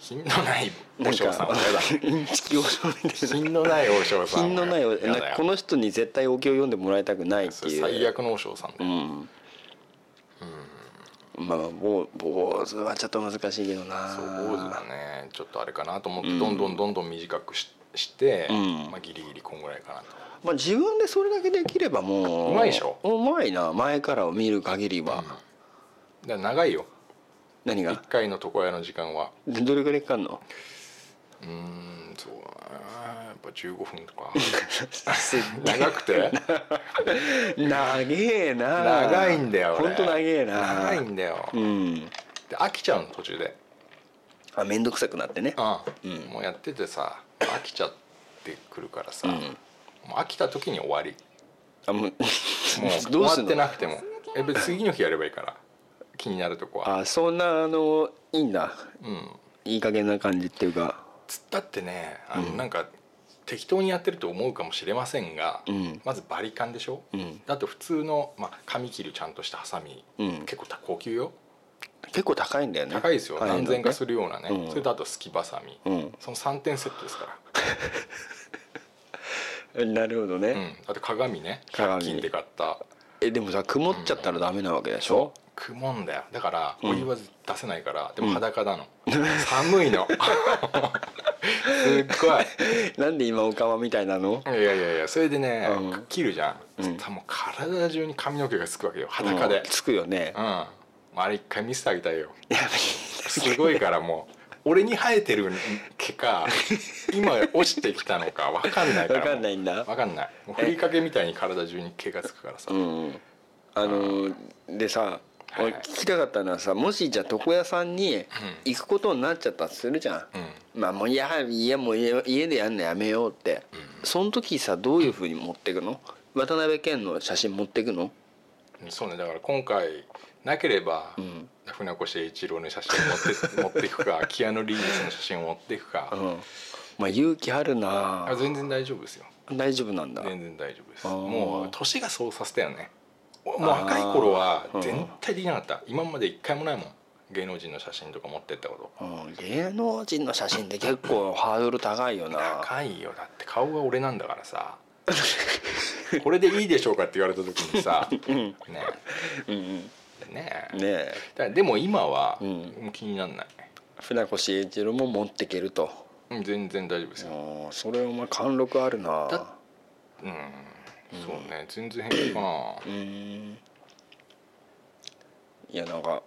Speaker 2: 品のない
Speaker 3: な
Speaker 2: 和
Speaker 3: ん
Speaker 2: 尚さん
Speaker 3: か <laughs>
Speaker 2: はやだ
Speaker 3: インチキ和尚みたいな
Speaker 2: 品のない和尚さんは
Speaker 3: 品のない
Speaker 2: や
Speaker 3: なん
Speaker 2: だ
Speaker 3: か
Speaker 2: よ
Speaker 3: この人に絶対お経を読んでもらいたくないって
Speaker 2: それ
Speaker 3: いう
Speaker 2: 最悪の和尚さんだ
Speaker 3: う
Speaker 2: よ
Speaker 3: んまあもう坊主はちょっと難しいけどな
Speaker 2: そう坊主はねちょっとあれかなと思ってどんどんどんどん短くしして、
Speaker 3: うん
Speaker 2: まあ、ギリギリこんぐらいかなと
Speaker 3: まあ自分でそれだけできればもう
Speaker 2: うまいでしょ
Speaker 3: うまいな前からを見る限り
Speaker 2: だ
Speaker 3: は、
Speaker 2: から長いよ
Speaker 3: 何が
Speaker 2: 1回の床屋の時間は <laughs>
Speaker 3: でどれぐらいかかんの
Speaker 2: うーんそうだなやっぱぱ15分と
Speaker 3: <laughs>
Speaker 2: か
Speaker 3: 長
Speaker 2: 長くて
Speaker 3: えな
Speaker 2: 長いんだよ俺
Speaker 3: 本当長えな
Speaker 2: 長いんだよ
Speaker 3: うん
Speaker 2: で飽きちゃうの途中で
Speaker 3: あ面倒くさくなってね
Speaker 2: うん
Speaker 3: うん
Speaker 2: もうやっててさ飽きちゃってくるからさ、
Speaker 3: うん
Speaker 2: もう飽きた時に終
Speaker 3: <laughs>
Speaker 2: わり
Speaker 3: あもう
Speaker 2: もう
Speaker 3: ど
Speaker 2: 終
Speaker 3: う
Speaker 2: わっ
Speaker 3: すん
Speaker 2: てな
Speaker 3: の
Speaker 2: くてもえ別に次の日やればいいから気になるとこは
Speaker 3: あそんなあのいいんだ
Speaker 2: うん
Speaker 3: いい加減な感じっていうか
Speaker 2: つったってねあの、なんか適当にやってると思うかもしれませんが、
Speaker 3: うん
Speaker 2: まずバリカンでしょ、
Speaker 3: うん
Speaker 2: あと普通の、まあ、髪切るちゃんとしたハサミ、
Speaker 3: うん
Speaker 2: 結構高級よ
Speaker 3: 結構高いんだよね
Speaker 2: 高いですよ、何千かす
Speaker 3: る
Speaker 2: るようなね、
Speaker 3: うん
Speaker 2: それとあとすきばさみ、
Speaker 3: うん
Speaker 2: その3点セットですか
Speaker 3: なるほどね、
Speaker 2: ら、うん、あと鏡ね100
Speaker 3: 鏡
Speaker 2: 均で買った
Speaker 3: えでもさ曇っちゃったらダメなわけでしょ、
Speaker 2: くもんだよだから
Speaker 3: うん
Speaker 2: お湯は出せないから、でも裸なの、
Speaker 3: <laughs>
Speaker 2: 寒いの <laughs> すっ
Speaker 3: なんで今おかわみたいなの
Speaker 2: ごいいやいやいやそれでね、
Speaker 3: うん
Speaker 2: 切るじゃん、
Speaker 3: うん
Speaker 2: そしたらもう体中に髪の毛がつくわけよ裸
Speaker 3: うん
Speaker 2: で
Speaker 3: つくよね
Speaker 2: うん、もうあれ一回見せてあげたい
Speaker 3: <laughs>
Speaker 2: よ
Speaker 3: いや
Speaker 2: すごいからもう俺に生えてる毛
Speaker 3: <laughs>
Speaker 2: か今落ちてきたのか分かんないから
Speaker 3: わかんないんだ
Speaker 2: 分かんないもうふりかけみたいに体中に毛がつくからさ、
Speaker 3: うんあのでさ
Speaker 2: はい
Speaker 3: 俺聞きたかったのはさもしじゃあ床屋さんに行くことになっちゃったとするじゃん、まあもういや家もう家家でやんのやめようって、その時さどういうふうに持ってくの渡辺謙の写真持ってくの
Speaker 2: うん、そうねだから今回なければ、
Speaker 3: うん
Speaker 2: 船越英一郎の写真を持って持っていく
Speaker 3: <laughs>
Speaker 2: かキアヌ・リーブスの写真を持っていくか、
Speaker 3: うんまあ勇気ある
Speaker 2: あ
Speaker 3: な
Speaker 2: 全然大丈夫ですよ
Speaker 3: 大丈夫なんだ
Speaker 2: 全然大丈夫です
Speaker 3: あー
Speaker 2: もう年がそうさせたよねおもう若い頃は全体できなかった今まで一回もないもん芸能人の写真とか持ってったこと
Speaker 3: うん芸能人の写真って結構ハードル高いよな
Speaker 2: 高いよだって顔が俺なんだからさこれでいいでしょうかって言われた時に
Speaker 3: <laughs>
Speaker 2: さね
Speaker 3: うんうんうん
Speaker 2: えねえ
Speaker 3: ねえ
Speaker 2: だからでも今は
Speaker 3: うん
Speaker 2: もう気になんない、
Speaker 3: 船越英一郎も持ってけると
Speaker 2: うん、全然大丈夫ですよ
Speaker 3: うんそれお前貫禄あるな
Speaker 2: だうん、そうね全然平気かな
Speaker 3: うーんいやなんか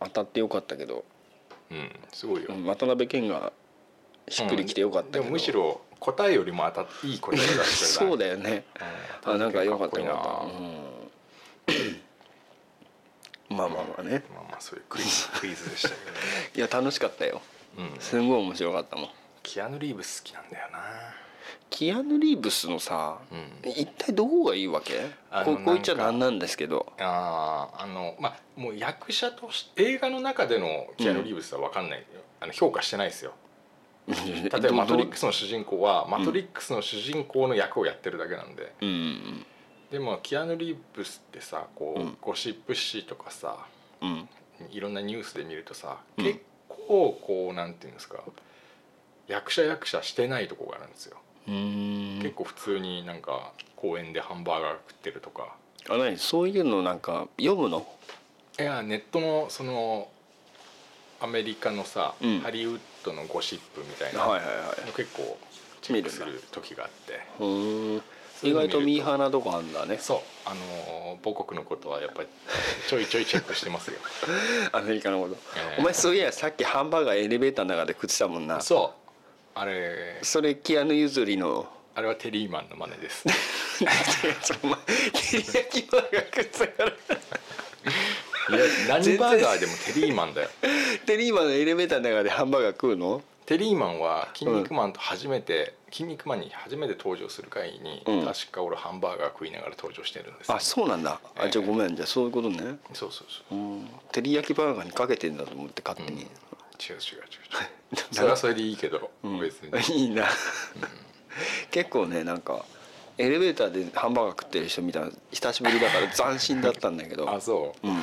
Speaker 3: 当たってよかったけど
Speaker 2: うんすごいよ、
Speaker 3: うん渡辺謙がしっくりきてよかったけど、
Speaker 2: でもむしろ答えよりも当たっていい答えが出してる
Speaker 3: <laughs> そうだよね
Speaker 2: だ、
Speaker 3: あなんかよかっ
Speaker 2: こ
Speaker 3: た
Speaker 2: いい
Speaker 3: よ
Speaker 2: な
Speaker 3: かった、うん、まあまあまあね
Speaker 2: まあまあそういうクイズクイズでしたけ
Speaker 3: いや楽しかったよ
Speaker 2: どね、うん、
Speaker 3: すごい面白かったもん
Speaker 2: キアヌ・リーブス好きなんだよな
Speaker 3: キアヌ・リーブスのさ、
Speaker 2: うん
Speaker 3: 一体どこがいいわけ
Speaker 2: あの
Speaker 3: ここう言っちゃ
Speaker 2: なんか
Speaker 3: なんなんですけど
Speaker 2: あーあのまあもう役者として映画の中でのキアヌ・リーブスは分かんない、あの評価してないですよ
Speaker 3: 例
Speaker 2: 例えば「マトリック
Speaker 3: ス
Speaker 2: ス」の主人公は「マトリックス」の主人公の役をやってるだけなんで、
Speaker 3: うんうん
Speaker 2: でもキアヌ・リーブスってさこう、
Speaker 3: うん
Speaker 2: ゴシップ誌とかさ
Speaker 3: うん
Speaker 2: いろんなニュースで見るとさ、
Speaker 3: うん
Speaker 2: 結構こうなんていうんですか役者役者してないとこがあるんですよ、
Speaker 3: うん
Speaker 2: 結構普通になんか公園でハンバーガー食ってるとか
Speaker 3: あ何そういうのなんか読むの
Speaker 2: いやネットのそのアメリカのさ、
Speaker 3: うん
Speaker 2: ハリウッドのゴシップみたいな、
Speaker 3: はいはいはい
Speaker 2: 結構チェックする時があって
Speaker 3: うーん
Speaker 2: そうい
Speaker 3: 意
Speaker 2: うの見ると
Speaker 3: 外とミーハーなとこあんだね
Speaker 2: そうあのー母国のことはやっぱりちょいちょいチェックして <laughs> ますよ
Speaker 3: アメリカのこと、
Speaker 2: ええ
Speaker 3: お前そういやさっきハンバーガーエレベーターの中で食ってたもんなそ
Speaker 2: そうあれ
Speaker 3: れキアヌ譲りの <laughs>
Speaker 2: あれはテリーマンの真似です
Speaker 3: お前照り焼きバーガー食ってたから
Speaker 2: いや <laughs> 何バーガーでもテリーマンだよ
Speaker 3: テリーマンのエレベーターの中でハンバーガー食うの
Speaker 2: テリーマンは「筋肉マン」と初めて「筋肉マン」に初めて登場する回に、
Speaker 3: うん
Speaker 2: 確か俺ハンバーガー食いながら登場してるんです
Speaker 3: あそうなんだあじゃあごめんじゃあそういうことね
Speaker 2: そうそうそう
Speaker 3: うん照り焼きバーガーにかけてんだと思って勝手に、
Speaker 2: 違う違う違う違う <laughs> それはそれでいいけど、
Speaker 3: うん
Speaker 2: 別に
Speaker 3: <laughs> いいな、結構ねなんかエレベーターでハンバーガー食ってる人見たの久しぶり
Speaker 2: <laughs>
Speaker 3: だから斬新だったんだけど
Speaker 2: あそ
Speaker 3: うんい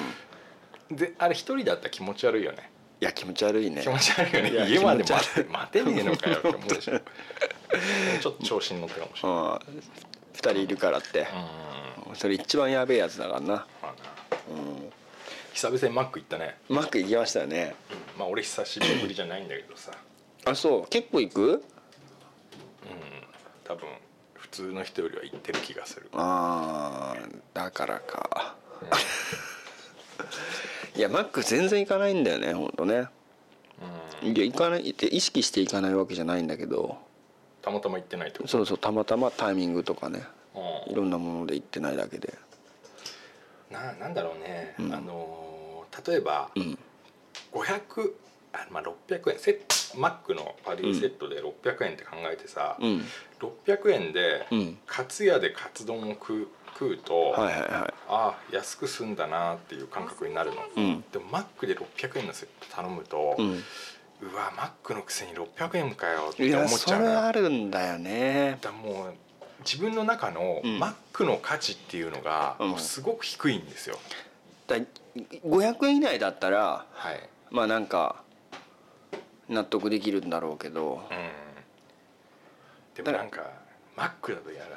Speaker 3: う
Speaker 2: であれ一人だったら気持ち悪いよね
Speaker 3: や気持ち悪いね
Speaker 2: 気持ち悪いよ
Speaker 3: いや
Speaker 2: ね家まで
Speaker 3: 気持ち
Speaker 2: 待て待てねえのかよって思うで
Speaker 3: <laughs>
Speaker 2: しょちょっと調子に乗ったかもし
Speaker 3: う
Speaker 2: れない
Speaker 3: ん2人いるからって
Speaker 2: うん、
Speaker 3: それ一番やべえやつだからな
Speaker 2: まあな久々にマック行ったね
Speaker 3: うまくいきましたね
Speaker 2: まあ俺久しぶりじゃないんだけどさ
Speaker 3: あそう結構行く
Speaker 2: 多分普通の人よりは行ってる気がする
Speaker 3: あーだからか <laughs> いやマック全然行かないんだよねほんとね
Speaker 2: うん
Speaker 3: いや行かないって意識して行かないわけじゃないんだけど
Speaker 2: たまたま行ってないってこと
Speaker 3: そうそうたまたまタイミングとかね
Speaker 2: う
Speaker 3: いろんなもので行ってないだけで
Speaker 2: んななんだろうね、
Speaker 3: うん
Speaker 2: あのー例えば
Speaker 3: うん
Speaker 2: 500あまあ600円セットマックのパリーセットで600円って考えてさ、
Speaker 3: うん
Speaker 2: 600円で
Speaker 3: うん
Speaker 2: カツ屋でカツ丼を食う食うと、
Speaker 3: はいはいは
Speaker 2: ああ安く済んだなっていう感覚になるの、
Speaker 3: いうん
Speaker 2: でもマックで600円のセット頼むと、
Speaker 3: う
Speaker 2: うんわマックのくせに600円かよっ
Speaker 3: い
Speaker 2: て思
Speaker 3: や
Speaker 2: っち
Speaker 3: そ
Speaker 2: ゃう
Speaker 3: れ
Speaker 2: な
Speaker 3: あるんだよね
Speaker 2: だからもう自分の中の
Speaker 3: うん
Speaker 2: マックの価値っていうのが
Speaker 3: うん
Speaker 2: もうすごく低いんですよ、
Speaker 3: だ500円以内だったら
Speaker 2: はい、
Speaker 3: まあなんか納得できるんだろうけど
Speaker 2: うん、でもなんかマックだと嫌だね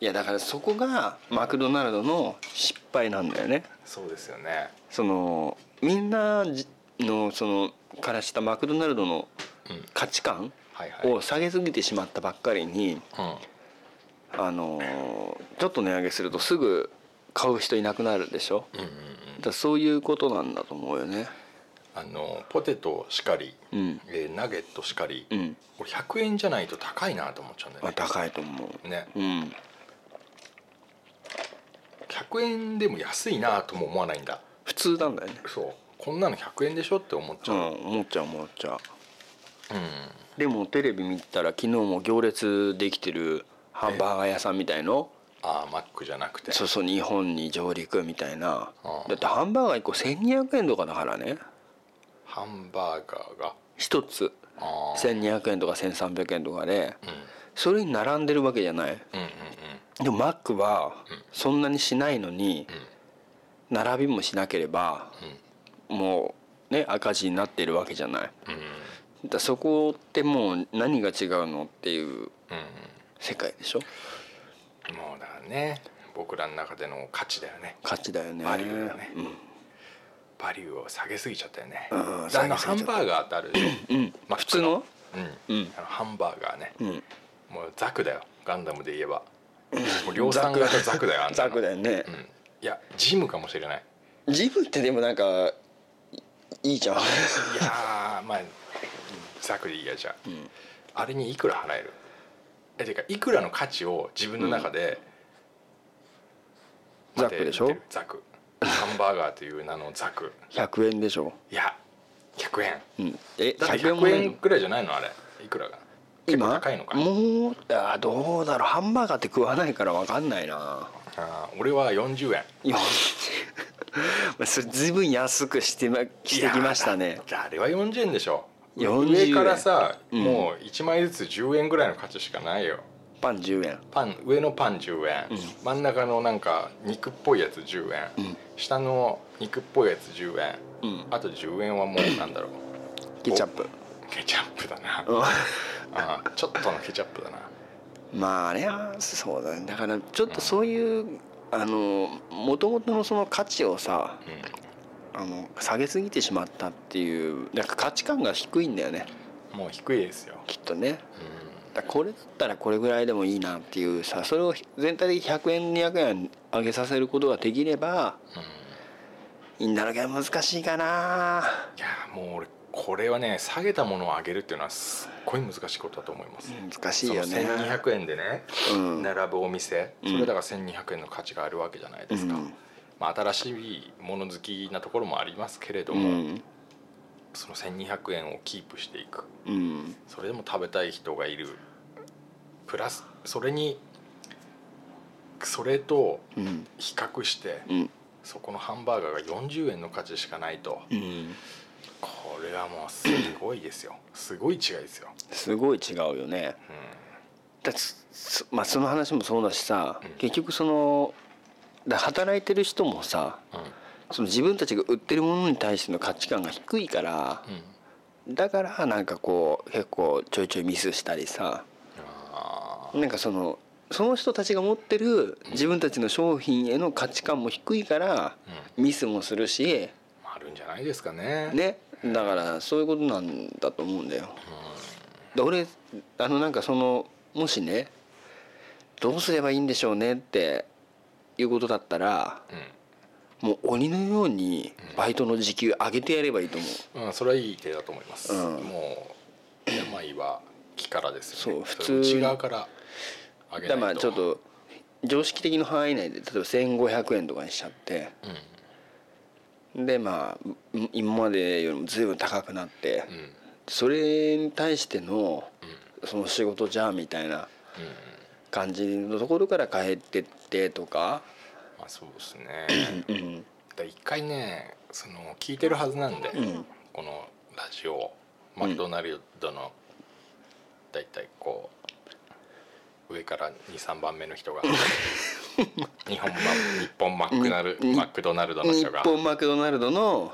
Speaker 3: いやだからそこがマクドナルドの失敗なんだよね
Speaker 2: そうですよね
Speaker 3: そのみんなじのそのからしたマクドナルドの
Speaker 2: うん
Speaker 3: 価値観
Speaker 2: はいはい、
Speaker 3: を下げすぎてしまったばっかりに
Speaker 2: うん
Speaker 3: あのちょっと値上げするとすぐ買う人いなくなるでしょ
Speaker 2: うんうんうん、
Speaker 3: だからそういうことなんだと思うよね
Speaker 2: あのポテトしかり、
Speaker 3: うん
Speaker 2: えーナゲットしかり、
Speaker 3: うん
Speaker 2: これ100円じゃないと高いなと思っちゃうんだよ
Speaker 3: あ
Speaker 2: ね
Speaker 3: 高いと思
Speaker 2: ね
Speaker 3: ううん
Speaker 2: 100円でも安いなとも思わないんだ
Speaker 3: 普通なんだよね
Speaker 2: そうこんなの100円でしょって思っち
Speaker 3: う
Speaker 2: ゃう、
Speaker 3: ん思っちゃう思っちゃう
Speaker 2: う
Speaker 3: でもテレビ見たら昨日も行列できてるハンバーガー屋さんみたいの
Speaker 2: ん、ああマックじゃなくて
Speaker 3: そうそう日本に上陸みたいな
Speaker 2: ああ
Speaker 3: だってハンバーガー1個1200円とかだからね
Speaker 2: ハンバーガーが
Speaker 3: 1つ
Speaker 2: あー
Speaker 3: 1200円とか1300円とかで
Speaker 2: うん
Speaker 3: それに並んでるわけじゃない
Speaker 2: うんうん
Speaker 3: でもマックは
Speaker 2: ん
Speaker 3: そんなにしないのに並びもしなければもうね赤字になってるわけじゃないだか
Speaker 2: うんうんうん
Speaker 3: らそこってもう何が違うのっていう
Speaker 2: う
Speaker 3: 世界でしょ
Speaker 2: んもうだからね僕らの中での価値だよね
Speaker 3: 価値だよね
Speaker 2: バリューだね
Speaker 3: うん
Speaker 2: バリューを下げすぎちゃったよね
Speaker 3: うん
Speaker 2: だからあの
Speaker 3: 下
Speaker 2: ハ
Speaker 3: げす
Speaker 2: ン
Speaker 3: ぎちゃった
Speaker 2: バーガーってあるでしょ
Speaker 3: うん
Speaker 2: マックの
Speaker 3: 普通の
Speaker 2: うん、
Speaker 3: うん
Speaker 2: あのハンバーガーね
Speaker 3: うん
Speaker 2: もうザクだよガンダムで言えばもう量産型ザクだよあんた
Speaker 3: ザ
Speaker 2: の
Speaker 3: クだよね
Speaker 2: うん、いやジムかもしれない
Speaker 3: ジムってでもなんかいいい
Speaker 2: <laughs>
Speaker 3: じゃん
Speaker 2: いやーまあざくでいいやじゃあ、あれにいくら払えるえていうかいくらの価値を自分の中で、
Speaker 3: うんざくでしょ
Speaker 2: 待てざくハンバーガーという名のざく
Speaker 3: 100円でしょ、
Speaker 2: いや100円
Speaker 3: うん、え
Speaker 2: だって
Speaker 3: 100円もな
Speaker 2: 100
Speaker 3: い
Speaker 2: 円
Speaker 3: の
Speaker 2: くらいじゃないのあれいくらが結構
Speaker 3: 今
Speaker 2: 高いのか
Speaker 3: もうあーどうだろうハンバーガーって食わないから分かんないな
Speaker 2: あー俺は40円
Speaker 3: <laughs> いやそれ随分安くして,、ま、してきました
Speaker 2: いや
Speaker 3: ね
Speaker 2: だってあれは40円でしょ
Speaker 3: 40円
Speaker 2: 上からさ、
Speaker 3: うん
Speaker 2: もう1枚ずつ10円ぐらいの価値しかないよ
Speaker 3: パン10円
Speaker 2: パン上のパン10円、真ん中のなんか肉っぽいやつ10円、
Speaker 3: うん
Speaker 2: 下の肉っぽいやつ10円、
Speaker 3: うん
Speaker 2: あと10円はもうなんだろう
Speaker 3: ケチャップ
Speaker 2: ケチャップだな、
Speaker 3: うん
Speaker 2: ああちょっとのケチャップだな
Speaker 3: <laughs> まああれはそうだねだからちょっとそういうあのもともとのその価値をさ
Speaker 2: うん
Speaker 3: あの下げすぎてしまったっていうなんか価値観が低いんだよね
Speaker 2: もう低いですよ、
Speaker 3: きっとね
Speaker 2: う
Speaker 3: だからこれだったらこれぐらいでもいいなっていうさそれを全体的に100円200円上げさせることができれば
Speaker 2: んうん、
Speaker 3: いいんだろうけど難しいかない
Speaker 2: やもう俺これはね下げたものを上げるっていうのはすっごい難しいことだと思います、
Speaker 3: 難しい
Speaker 2: その
Speaker 3: よね
Speaker 2: 1200円でね
Speaker 3: うん
Speaker 2: 並ぶお店、
Speaker 3: うん
Speaker 2: それだから1200円の価値があるわけじゃないですか、
Speaker 3: うん
Speaker 2: まあ、新しいもの好きなところもありますけれど
Speaker 3: う
Speaker 2: も、
Speaker 3: ん
Speaker 2: その1200円をキープしていく
Speaker 3: うん
Speaker 2: それでも食べたい人がいるプラスそれにそれと
Speaker 3: うん
Speaker 2: 比較して
Speaker 3: うん
Speaker 2: そこのハンバーガーが40円の価値しかないと
Speaker 3: うん
Speaker 2: これはもうすごいですよすごい違いですよ、
Speaker 3: すごい違うよねだつそまあその話もそうだしさ
Speaker 2: うん
Speaker 3: 結局そのだ働いてる人もさ
Speaker 2: うんうん
Speaker 3: その自分たちが売ってるものに対しての価値観が低いから
Speaker 2: うん、
Speaker 3: だからなんかこう結構ちょいちょいミスしたりさ
Speaker 2: あ
Speaker 3: なんかそのその人たちが持ってる自分たちの商品への価値観も低いから
Speaker 2: ー、うん
Speaker 3: ミスもするし
Speaker 2: まあ、あるんじゃないですかね
Speaker 3: ねだからそういうことなんだと思うんだよ。で俺あのなんかそのもしねどうすればいいんでしょうねっていうことだったら
Speaker 2: うん、
Speaker 3: もう鬼のようにバイトの時給上げてやればいいと思う。
Speaker 2: うんそれはいい手だと思います、
Speaker 3: うん
Speaker 2: もう病は効力ですよね
Speaker 3: そう普通
Speaker 2: れ内側から上げ
Speaker 3: だ
Speaker 2: な
Speaker 3: か
Speaker 2: いと
Speaker 3: らまあちょっと常識的な範囲内で例えば1,500円とかにしちゃって、でまあん今までよりも随分高くなって、
Speaker 2: うんうん
Speaker 3: それに対してのその仕事じゃあみたいな感じのところから変えてってとか、
Speaker 2: まあそうですね
Speaker 3: うん、
Speaker 2: だから一回ねその聞いてるはずなんで、
Speaker 3: ん
Speaker 2: このラジオマクドナルドのだいたいこう上から23番目の人が日本マ日本マクナル
Speaker 3: に
Speaker 2: マクドナルドの
Speaker 3: 日
Speaker 2: 人が、
Speaker 3: 本マクドナルドの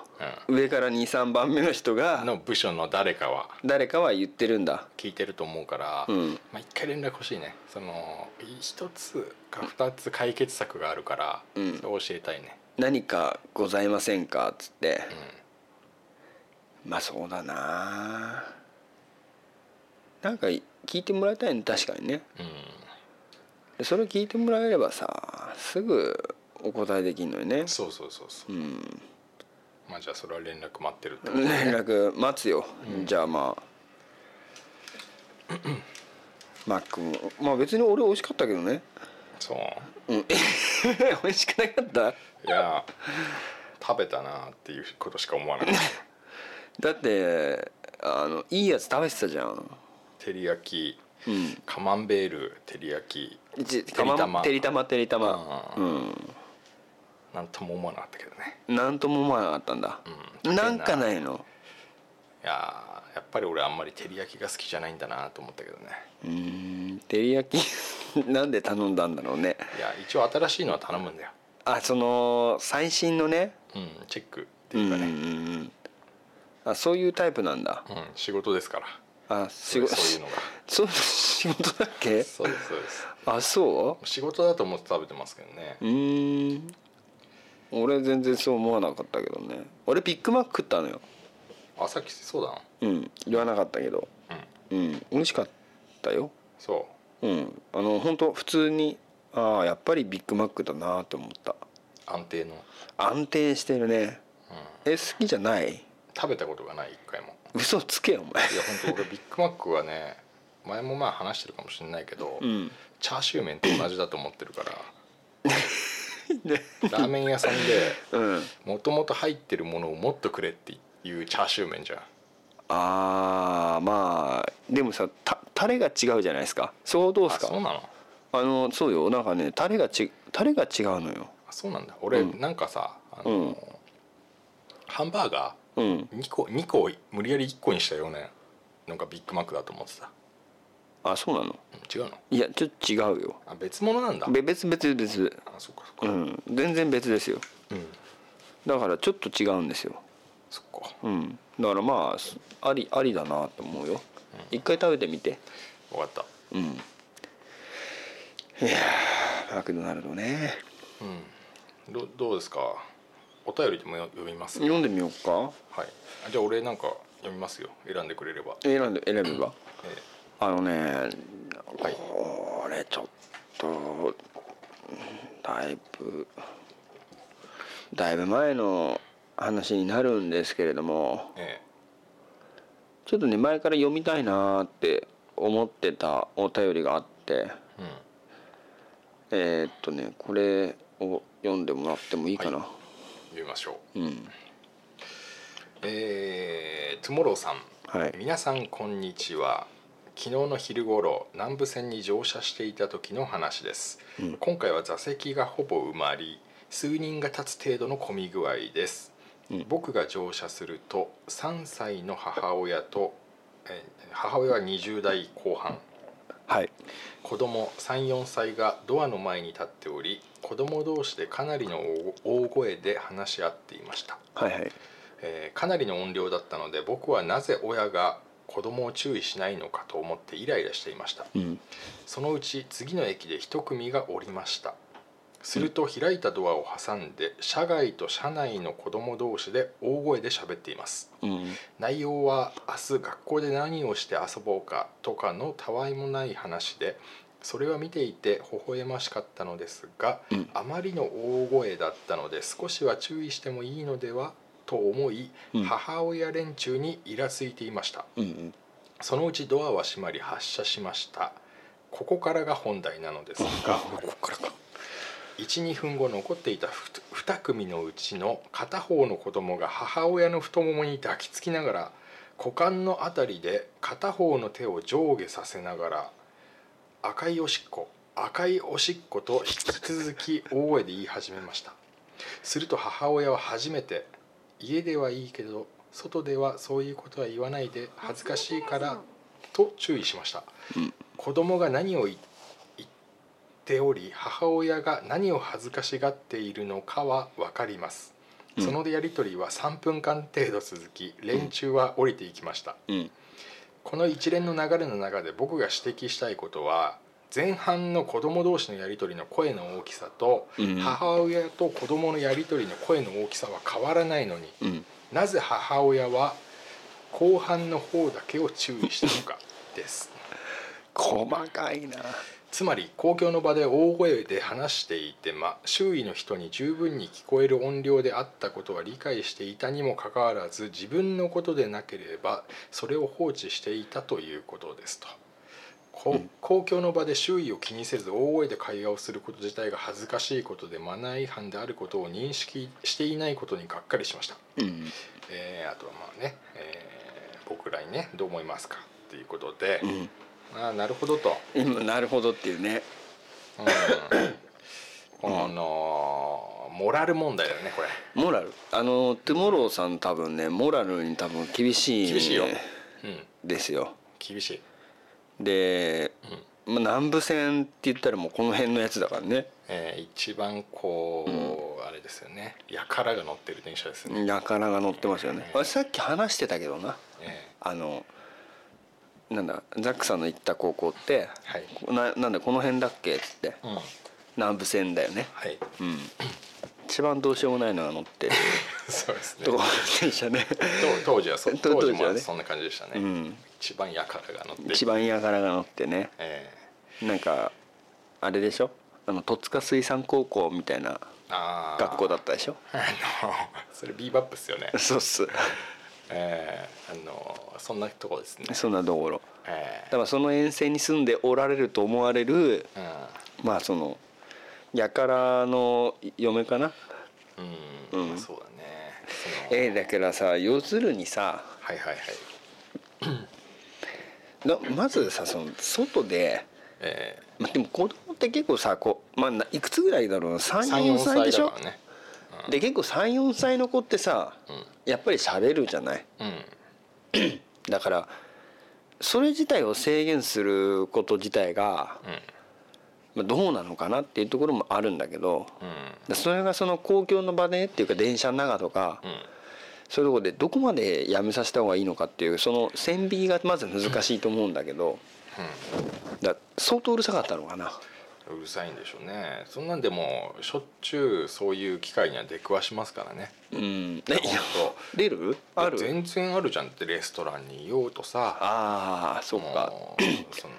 Speaker 2: う
Speaker 3: 上から23番目の人が
Speaker 2: ん、の部署の誰かは
Speaker 3: 誰かは言ってるんだ。
Speaker 2: 聞いてると思うから、
Speaker 3: うん
Speaker 2: まあ、一回連絡欲しいねその一つか二つ解決策があるから、
Speaker 3: うん
Speaker 2: それ教えたいね、
Speaker 3: 何かございませんかっつって、まあそうだななんか聞いてもらいたいね確かにね
Speaker 2: うん、
Speaker 3: でそれを聞いてもらえればさすぐお答えできるのにね
Speaker 2: そうそうそうそう、
Speaker 3: うん
Speaker 2: まあじゃあそれは連絡待ってるってことで
Speaker 3: 連絡待つよ、じゃあまあ <coughs> マックもまあ別に俺美味しかったけどね
Speaker 2: そう
Speaker 3: <laughs> 美味しくなかった
Speaker 2: いや食べたなっていうことしか思わない
Speaker 3: だってあのいいやつ食べてたじゃん
Speaker 2: 照り焼き、
Speaker 3: うん
Speaker 2: カマンベール照り焼き
Speaker 3: てり
Speaker 2: てりたま
Speaker 3: てりたまてりたま
Speaker 2: う
Speaker 3: うん
Speaker 2: なんとも思わなかったけどね
Speaker 3: なんとも思わなかったんだ、
Speaker 2: うん
Speaker 3: なんかないの
Speaker 2: いやーやっぱり俺あんまり照り焼きが好きじゃないんだなと思ったけどね
Speaker 3: うーん照り焼き <laughs> なんで頼んだんだろうね
Speaker 2: いや一応新しいのは頼むんだよ
Speaker 3: あその最新のね
Speaker 2: うんチェックっていうか
Speaker 3: うん
Speaker 2: ね、
Speaker 3: うんうんあそういうタイプなんだ
Speaker 2: うん仕事ですから
Speaker 3: あ仕事
Speaker 2: そういうのが
Speaker 3: そう仕事だっけ
Speaker 2: そうですそうです
Speaker 3: あそ
Speaker 2: 仕事だと思って食べてますけどね
Speaker 3: ううーん俺全然そう思わなかったけどね俺ビッグマック食ったのよ
Speaker 2: あさっきそうだ
Speaker 3: うん言わなかったけど
Speaker 2: なうん
Speaker 3: うん美味しかったよ
Speaker 2: そ
Speaker 3: うんあの本当普通にああやっぱりビッグマックだなと思った
Speaker 2: う安定の、うん、
Speaker 3: 安定してるねえ好きじゃない
Speaker 2: 食べたことがない一回も
Speaker 3: 嘘つけよお前
Speaker 2: いや本当俺ビッグマックはね前もまあ話してるかもしれないけど、
Speaker 3: うん
Speaker 2: チャーシュー麺と同じだと思ってるから
Speaker 3: <laughs>
Speaker 2: ラーメン屋さんで
Speaker 3: うん
Speaker 2: もともと入ってるものをもっとくれっていうチャーシュー麺じゃん
Speaker 3: ああまあでもさたタレが違うじゃないですかそうどうです
Speaker 2: あ
Speaker 3: か
Speaker 2: そうなの
Speaker 3: あのそうよなんかねタレがちタレが違うのよ
Speaker 2: あそうなんだ俺
Speaker 3: うん
Speaker 2: なんかさ、あの
Speaker 3: うん
Speaker 2: ハンバーガ
Speaker 3: うん
Speaker 2: ー2個2個を無理やり1個にしたようなのがビッグマックだと思ってた
Speaker 3: あそうなの
Speaker 2: うん違うの
Speaker 3: いやちょっと違うよ
Speaker 2: あ別物なんだ
Speaker 3: べ別別別
Speaker 2: あそっかそっか
Speaker 3: うん全然別ですよ
Speaker 2: うん
Speaker 3: だからちょっと違うんですよ
Speaker 2: そっか
Speaker 3: うんだからまあすありありだなと思うよ一回食べてみて
Speaker 2: 分かった
Speaker 3: うんいやーマクドナルドね
Speaker 2: うんどどうですかお便りでもよ読みます
Speaker 3: 読んでみようか
Speaker 2: はいあじゃあ俺なんか読みますよ選んでくれれば、
Speaker 3: 選んで選べば
Speaker 2: え
Speaker 3: あのね
Speaker 2: ーはい
Speaker 3: これちょっとだいぶだいぶ前の話になるんですけれども
Speaker 2: え
Speaker 3: ちょっとね前から読みたいなーって思ってたお便りがあって
Speaker 2: ーうん
Speaker 3: えーっとねこれを読んでもらってもいいかな、
Speaker 2: は読みましょう
Speaker 3: うん
Speaker 2: えー、トゥモローさん
Speaker 3: はい
Speaker 2: 皆さんこんにちは昨日の昼頃南武線に乗車していた時の話です、今回は座席がほぼ埋まり数人が立つ程度の混み具合です、僕が乗車すると3歳の母親とえー母親は20代後半
Speaker 3: はい
Speaker 2: 子供34歳がドアの前に立っており子供同士でかなりの大大声で話し合っていました
Speaker 3: はいはい
Speaker 2: えーかなりの音量だったので僕はなぜ親が子供を注意しないのかと思ってイライラしていました
Speaker 3: うん
Speaker 2: そのうち次の駅で一組が降りましたすると開いたドアを挟んで車外と車内の子供同士で大声で喋っています
Speaker 3: うん
Speaker 2: 内容は明日学校で何をして遊ぼうかとかのたわいもない話でそれは見ていて微笑ましかったのですが、
Speaker 3: うん
Speaker 2: あまりの大声だったので少しは注意してもいいのではと思い、
Speaker 3: うん
Speaker 2: 母親連中にイラついていました
Speaker 3: うん
Speaker 2: そのうちドアは閉まり発車しましたここからが本題なのですが
Speaker 3: ここからか
Speaker 2: 12分後残っていたふ2組のうちの片方の子供が母親の太ももに抱きつきながら股間のあたりで片方の手を上下させながら赤いおしっこ赤いおしっこと引き続き大声で言い始めましたすると母親は初めて家ではいいけど外ではそういうことは言わないで恥ずかしいからと注意しました、子供が何を言言っており母親が何を恥ずかしがっているのかは分かります
Speaker 3: うん
Speaker 2: そのやり取りは3分間程度続き連中は降りていきました、
Speaker 3: うん
Speaker 2: この一連の流れの中で僕が指摘したいことは前半の子供同士のやり取りの声の大きさと
Speaker 3: うん
Speaker 2: 母親と子供のやり取りの声の大きさは変わらないのに
Speaker 3: うん
Speaker 2: なぜ母親は後半の方だけを注意したのかです
Speaker 3: 細かいな
Speaker 2: つまり公共の場で大声で話していて、ま、周囲の人に十分に聞こえる音量であったことは理解していたにもかかわらず自分のことでなければそれを放置していたということですと。こ公共の場で周囲を気にせず大声で会話をすること自体が恥ずかしいことでマナー違反であることを認識していないことにがっかりしました。
Speaker 3: うん
Speaker 2: えーあとはまあね、えー僕らにねどう思いますかっていうことで、
Speaker 3: うん
Speaker 2: ああなるほどと。
Speaker 3: 今なるほどっていうね
Speaker 2: うんこのモラル問題だよねこれ
Speaker 3: モラルあのトゥモローさん多分ねモラルに多分厳しい
Speaker 2: 厳しいようん
Speaker 3: ですよ
Speaker 2: 厳しい
Speaker 3: で、まあ、南部線って言ったらもうこの辺のやつだからね
Speaker 2: えー一番こう、あれですよねやからが乗ってる電車ですね、
Speaker 3: なかなか乗ってますよねあさっき話してたけどな
Speaker 2: え
Speaker 3: あのなんだザックさんの行った高校って
Speaker 2: ーはい
Speaker 3: ななんだこの辺だっけっつって
Speaker 2: うんは
Speaker 3: 南部線だよね
Speaker 2: い <laughs>
Speaker 3: うん一番どうしようもないのが乗ってる
Speaker 2: そうですね
Speaker 3: と
Speaker 2: と
Speaker 3: こでしたね
Speaker 2: 当時は
Speaker 3: <laughs>
Speaker 2: そ
Speaker 3: 当
Speaker 2: 当
Speaker 3: 時
Speaker 2: 時
Speaker 3: はね
Speaker 2: もそんな感じでしたね、
Speaker 3: うん
Speaker 2: 一番やからが乗ってる
Speaker 3: 一番嫌がらが乗ってね
Speaker 2: え
Speaker 3: なんかあれでしょあの戸塚水産高校みたいな
Speaker 2: ーああ
Speaker 3: 学校だったでしょ
Speaker 2: <laughs> あのそれビーバップっすよね
Speaker 3: そうっす <laughs>
Speaker 2: えー、あのそんなとこですね
Speaker 3: そんなところ
Speaker 2: え
Speaker 3: だからその沿線に住んでおられると思われる
Speaker 2: え
Speaker 3: まあそのやからの嫁かな
Speaker 2: うん、う
Speaker 3: うんん
Speaker 2: まあそうだねその
Speaker 3: ええだからさ要するにさ
Speaker 2: はいはいはい
Speaker 3: なまずさその外で、
Speaker 2: え
Speaker 3: まあ、でも子供って結構さこう、まあないくつぐらいだろうな
Speaker 2: ー、
Speaker 3: 34
Speaker 2: 3-4
Speaker 3: 歳でし
Speaker 2: だ
Speaker 3: ょ
Speaker 2: からね
Speaker 3: で結構34歳の子ってさやっぱり喋るじゃない
Speaker 2: うん、うん、
Speaker 3: だからそれ自体を制限すること自体が
Speaker 2: うん
Speaker 3: まあどうなのかなっていうところもあるんだけど
Speaker 2: うん
Speaker 3: でそれがその公共の場でっていうか電車の中とか
Speaker 2: うん
Speaker 3: そういうとこでどこまでやめさせた方がいいのかっていうその線引きがまず難しいと思うんだけどだ相当うるさかったのかな
Speaker 2: うんうるさいんでしょうねそんなんでもしょっちゅうそういう機会には出くわしますからね
Speaker 3: うん
Speaker 2: いや本
Speaker 3: 出るある
Speaker 2: 全然あるじゃんってレストランにいようとさ
Speaker 3: ああそっか
Speaker 2: もうその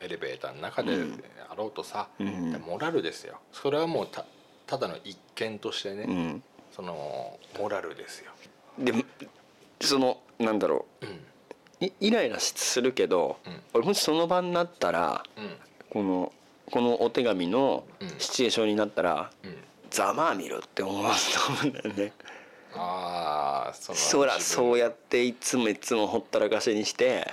Speaker 2: エレベーターの中で
Speaker 3: うん
Speaker 2: あろうとさ、
Speaker 3: うん
Speaker 2: モラルですよそれはもうたただの一見としてね、
Speaker 3: うん
Speaker 2: そのモラルですよ、
Speaker 3: でもそのなんだろ
Speaker 2: うん
Speaker 3: ういイライラするけど、
Speaker 2: うん
Speaker 3: 俺もしその場になったら
Speaker 2: うん
Speaker 3: このこのお手紙の
Speaker 2: うん
Speaker 3: シチュエーションになったら
Speaker 2: うん、
Speaker 3: 「ざまあみろ」って思うと思うんだよね。
Speaker 2: ああその
Speaker 3: そらそう
Speaker 2: や、
Speaker 3: やっていつもいつもほったらかしにして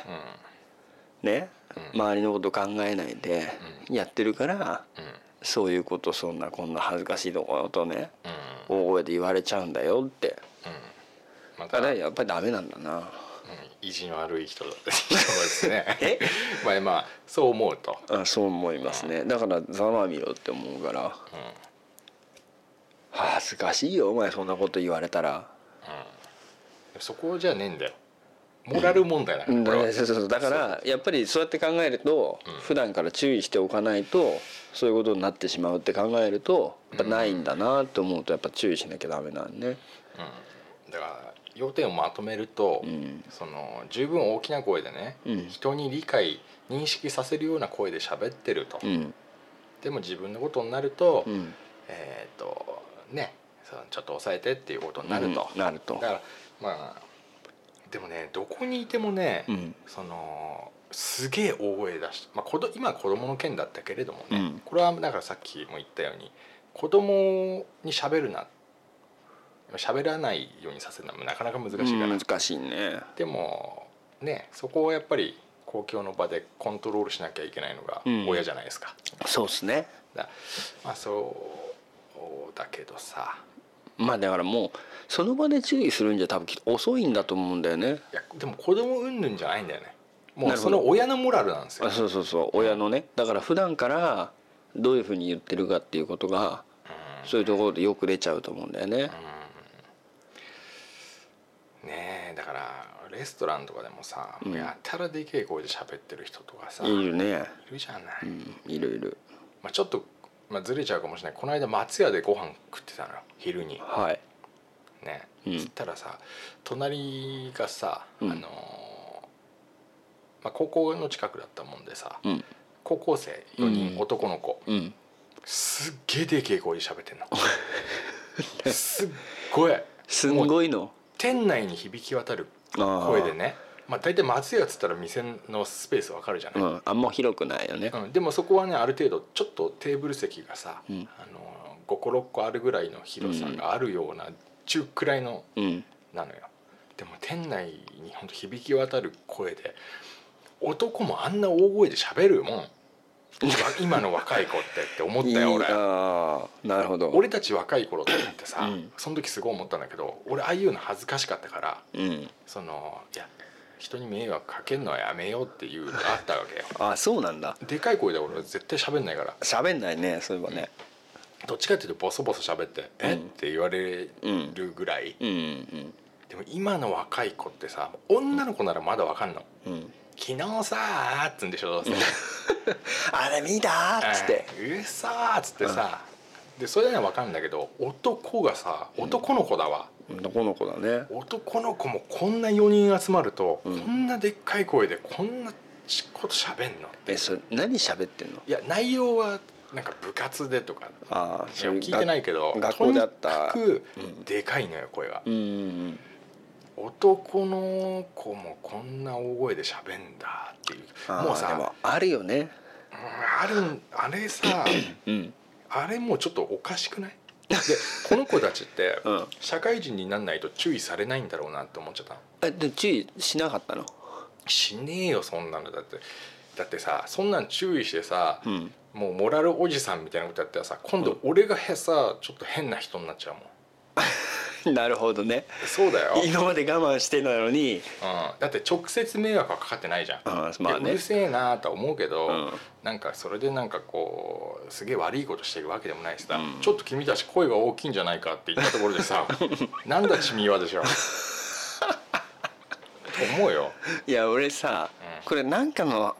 Speaker 2: うん
Speaker 3: ね、
Speaker 2: うん
Speaker 3: 周りのこと考えないでやってるから
Speaker 2: うん
Speaker 3: そういうことそんなこんな恥ずかしいとことね
Speaker 2: うん
Speaker 3: 大声で言われちゃうんだよって
Speaker 2: また、
Speaker 3: あ
Speaker 2: うん、
Speaker 3: れやっぱりダメなんだな。
Speaker 2: 意地の悪い人だったそうですね
Speaker 3: え
Speaker 2: <laughs> まあまあそう思うと、
Speaker 3: あそう思いますねだからざまあみろって思うから
Speaker 2: うんうん、
Speaker 3: 恥ずかしいよお前そんなこと言われたら。
Speaker 2: そこじゃねえんだよモラル問題だか
Speaker 3: う
Speaker 2: ら、
Speaker 3: ん
Speaker 2: こ
Speaker 3: だ
Speaker 2: れは
Speaker 3: からそうそうそうだからやっぱりそうやって考えると
Speaker 2: ん
Speaker 3: 普段から注意しておかないとそういうことになってしまうって考えるとやっぱないんだなと思うとやっぱ注意しなきゃダメなんね。
Speaker 2: うん、だから要点をまとめると、
Speaker 3: うん
Speaker 2: その十分大きな声でね、
Speaker 3: うん
Speaker 2: 人に理解認識させるような声で喋ってると、
Speaker 3: うん
Speaker 2: でも自分のことになると、
Speaker 3: うん
Speaker 2: えっ、とねそのちょっと抑えてっていうことになると、
Speaker 3: うんなると
Speaker 2: だからまあでもねどこにいてもね、
Speaker 3: うん
Speaker 2: そのすげえ大声出して、まあ、子ど今は子供の件だったけれどもね、
Speaker 3: うん
Speaker 2: これはだからさっきも言ったように子供に喋るな喋らないようにさせるのはなかなか難しいから、
Speaker 3: 難しいね
Speaker 2: でもねそこをやっぱり公共の場でコントロールしなきゃいけないのが
Speaker 3: うん
Speaker 2: 親じゃないですか。
Speaker 3: そうっすね
Speaker 2: だまあそうだけどさ
Speaker 3: まあだからもうその場で注意するんじゃ多分きっと遅いんだと思うんだよね
Speaker 2: いやでも子供云々じゃないんだよねも
Speaker 3: な
Speaker 2: う
Speaker 3: るほ
Speaker 2: そ
Speaker 3: ど
Speaker 2: の親のモラルなんですよ
Speaker 3: あ。そうそうそう親のねだから普段からどういうふうに言ってるかっていうことがそういうところでよく出ちゃうと思うんだよね
Speaker 2: ねえだからレストランとかでもさ、
Speaker 3: うん
Speaker 2: やたらでけえ声で喋ってる人とかさ
Speaker 3: い
Speaker 2: い
Speaker 3: るね
Speaker 2: るじゃない、
Speaker 3: うんいるいる
Speaker 2: まあ、ちょっと、まあ、ずれちゃうかもしれないこの間松屋でご飯食ってたのよ昼に
Speaker 3: はい
Speaker 2: ね、
Speaker 3: うん
Speaker 2: つったらさ隣がさ、
Speaker 3: うん
Speaker 2: あのーまあ、高校の近くだったもんでさ
Speaker 3: うん
Speaker 2: 高校生4人、
Speaker 3: うん
Speaker 2: 男の子
Speaker 3: うん
Speaker 2: すっげえでけえ声で喋
Speaker 3: <laughs>
Speaker 2: ってんのすっごい
Speaker 3: すんごいの
Speaker 2: 店内に響き渡る声でねまあ、大体松屋っつったら店のスペースわかるじゃ
Speaker 3: あ
Speaker 2: ない、
Speaker 3: ーうんあんま広くないよね
Speaker 2: うんでもそこはねある程度ちょっとテーブル席がさ、
Speaker 3: うん
Speaker 2: あの5個6個あるぐらいの広さがあるような中くらいの
Speaker 3: うん
Speaker 2: なのよでも店内にほんと響き渡る声で男もあんな大声で喋る
Speaker 3: <laughs>
Speaker 2: もんわ今の若い子ってって思ったよ俺
Speaker 3: いいあーなるほど
Speaker 2: 俺たち若い頃ってってさ、
Speaker 3: うん
Speaker 2: その時すごい思ったんだけど俺ああいうの恥ずかしかったから
Speaker 3: うん
Speaker 2: そのいや人に迷惑かけるのはやめようっていうのがあったわけよ <laughs>
Speaker 3: あそうなんだ
Speaker 2: でかい声で俺は絶対喋んないから
Speaker 3: 喋んないねそういえばね
Speaker 2: どっちかっていうとボソボソ喋って「えっ?」
Speaker 3: うん
Speaker 2: て言われ
Speaker 3: うん
Speaker 2: るぐらい、
Speaker 3: うんうん
Speaker 2: でも今の若い子ってさ女の子ならまだわかんの
Speaker 3: うん
Speaker 2: 「昨日さー」っつうんでしょどうせ
Speaker 3: あれ見たーっつって
Speaker 2: 「 <laughs> うそー」っつってさ、でそれならわかるんだけど男がさ男の子だわ、
Speaker 3: 男の子だね
Speaker 2: 男の子もこんな4人集まると、
Speaker 3: うん
Speaker 2: こんなでっかい声でこんなちこと喋んの
Speaker 3: えそれ何喋ってんの
Speaker 2: いや内容はなんか部活でとか
Speaker 3: ああ
Speaker 2: いや聞いてないけど
Speaker 3: 学校であった
Speaker 2: とにか
Speaker 3: うん
Speaker 2: くでかいのよ声が、
Speaker 3: うんうん
Speaker 2: 男の子もこんな大声で喋んだっていう
Speaker 3: うん
Speaker 2: もう
Speaker 3: あーで
Speaker 2: さ
Speaker 3: もあるよね
Speaker 2: うんあるんあれ
Speaker 3: <clears throat>
Speaker 2: さ
Speaker 3: うん
Speaker 2: あれもうちょっとおかしくないでこの子たちって
Speaker 3: うん
Speaker 2: 社会人になんないと注意されないんだろうなって思っちゃったの
Speaker 3: えで注意しなかったの
Speaker 2: しねえよそんなのだってだってさそんなん注意してさ、
Speaker 3: うん
Speaker 2: もうモラルおじさんみたいなことやったらさ今度俺がへさちょっと変な人になっちゃうもん
Speaker 3: <laughs> なるほどね
Speaker 2: そうだよ、うん、
Speaker 3: 今まで我慢してたのに
Speaker 2: だって直接迷惑はかかってないじゃん、
Speaker 3: あーまあ
Speaker 2: でう
Speaker 3: ね
Speaker 2: るせえなとは思うけど、
Speaker 3: うん
Speaker 2: なんかそれでなんかこうすげえ悪いことしてるわけでもないしさ、
Speaker 3: うん
Speaker 2: ちょっと君たち声が大きいんじゃないかって言ったところで
Speaker 3: <laughs>
Speaker 2: さなんだちみわでしょと思うよ、
Speaker 3: いや俺さ
Speaker 2: うん
Speaker 3: これなんかの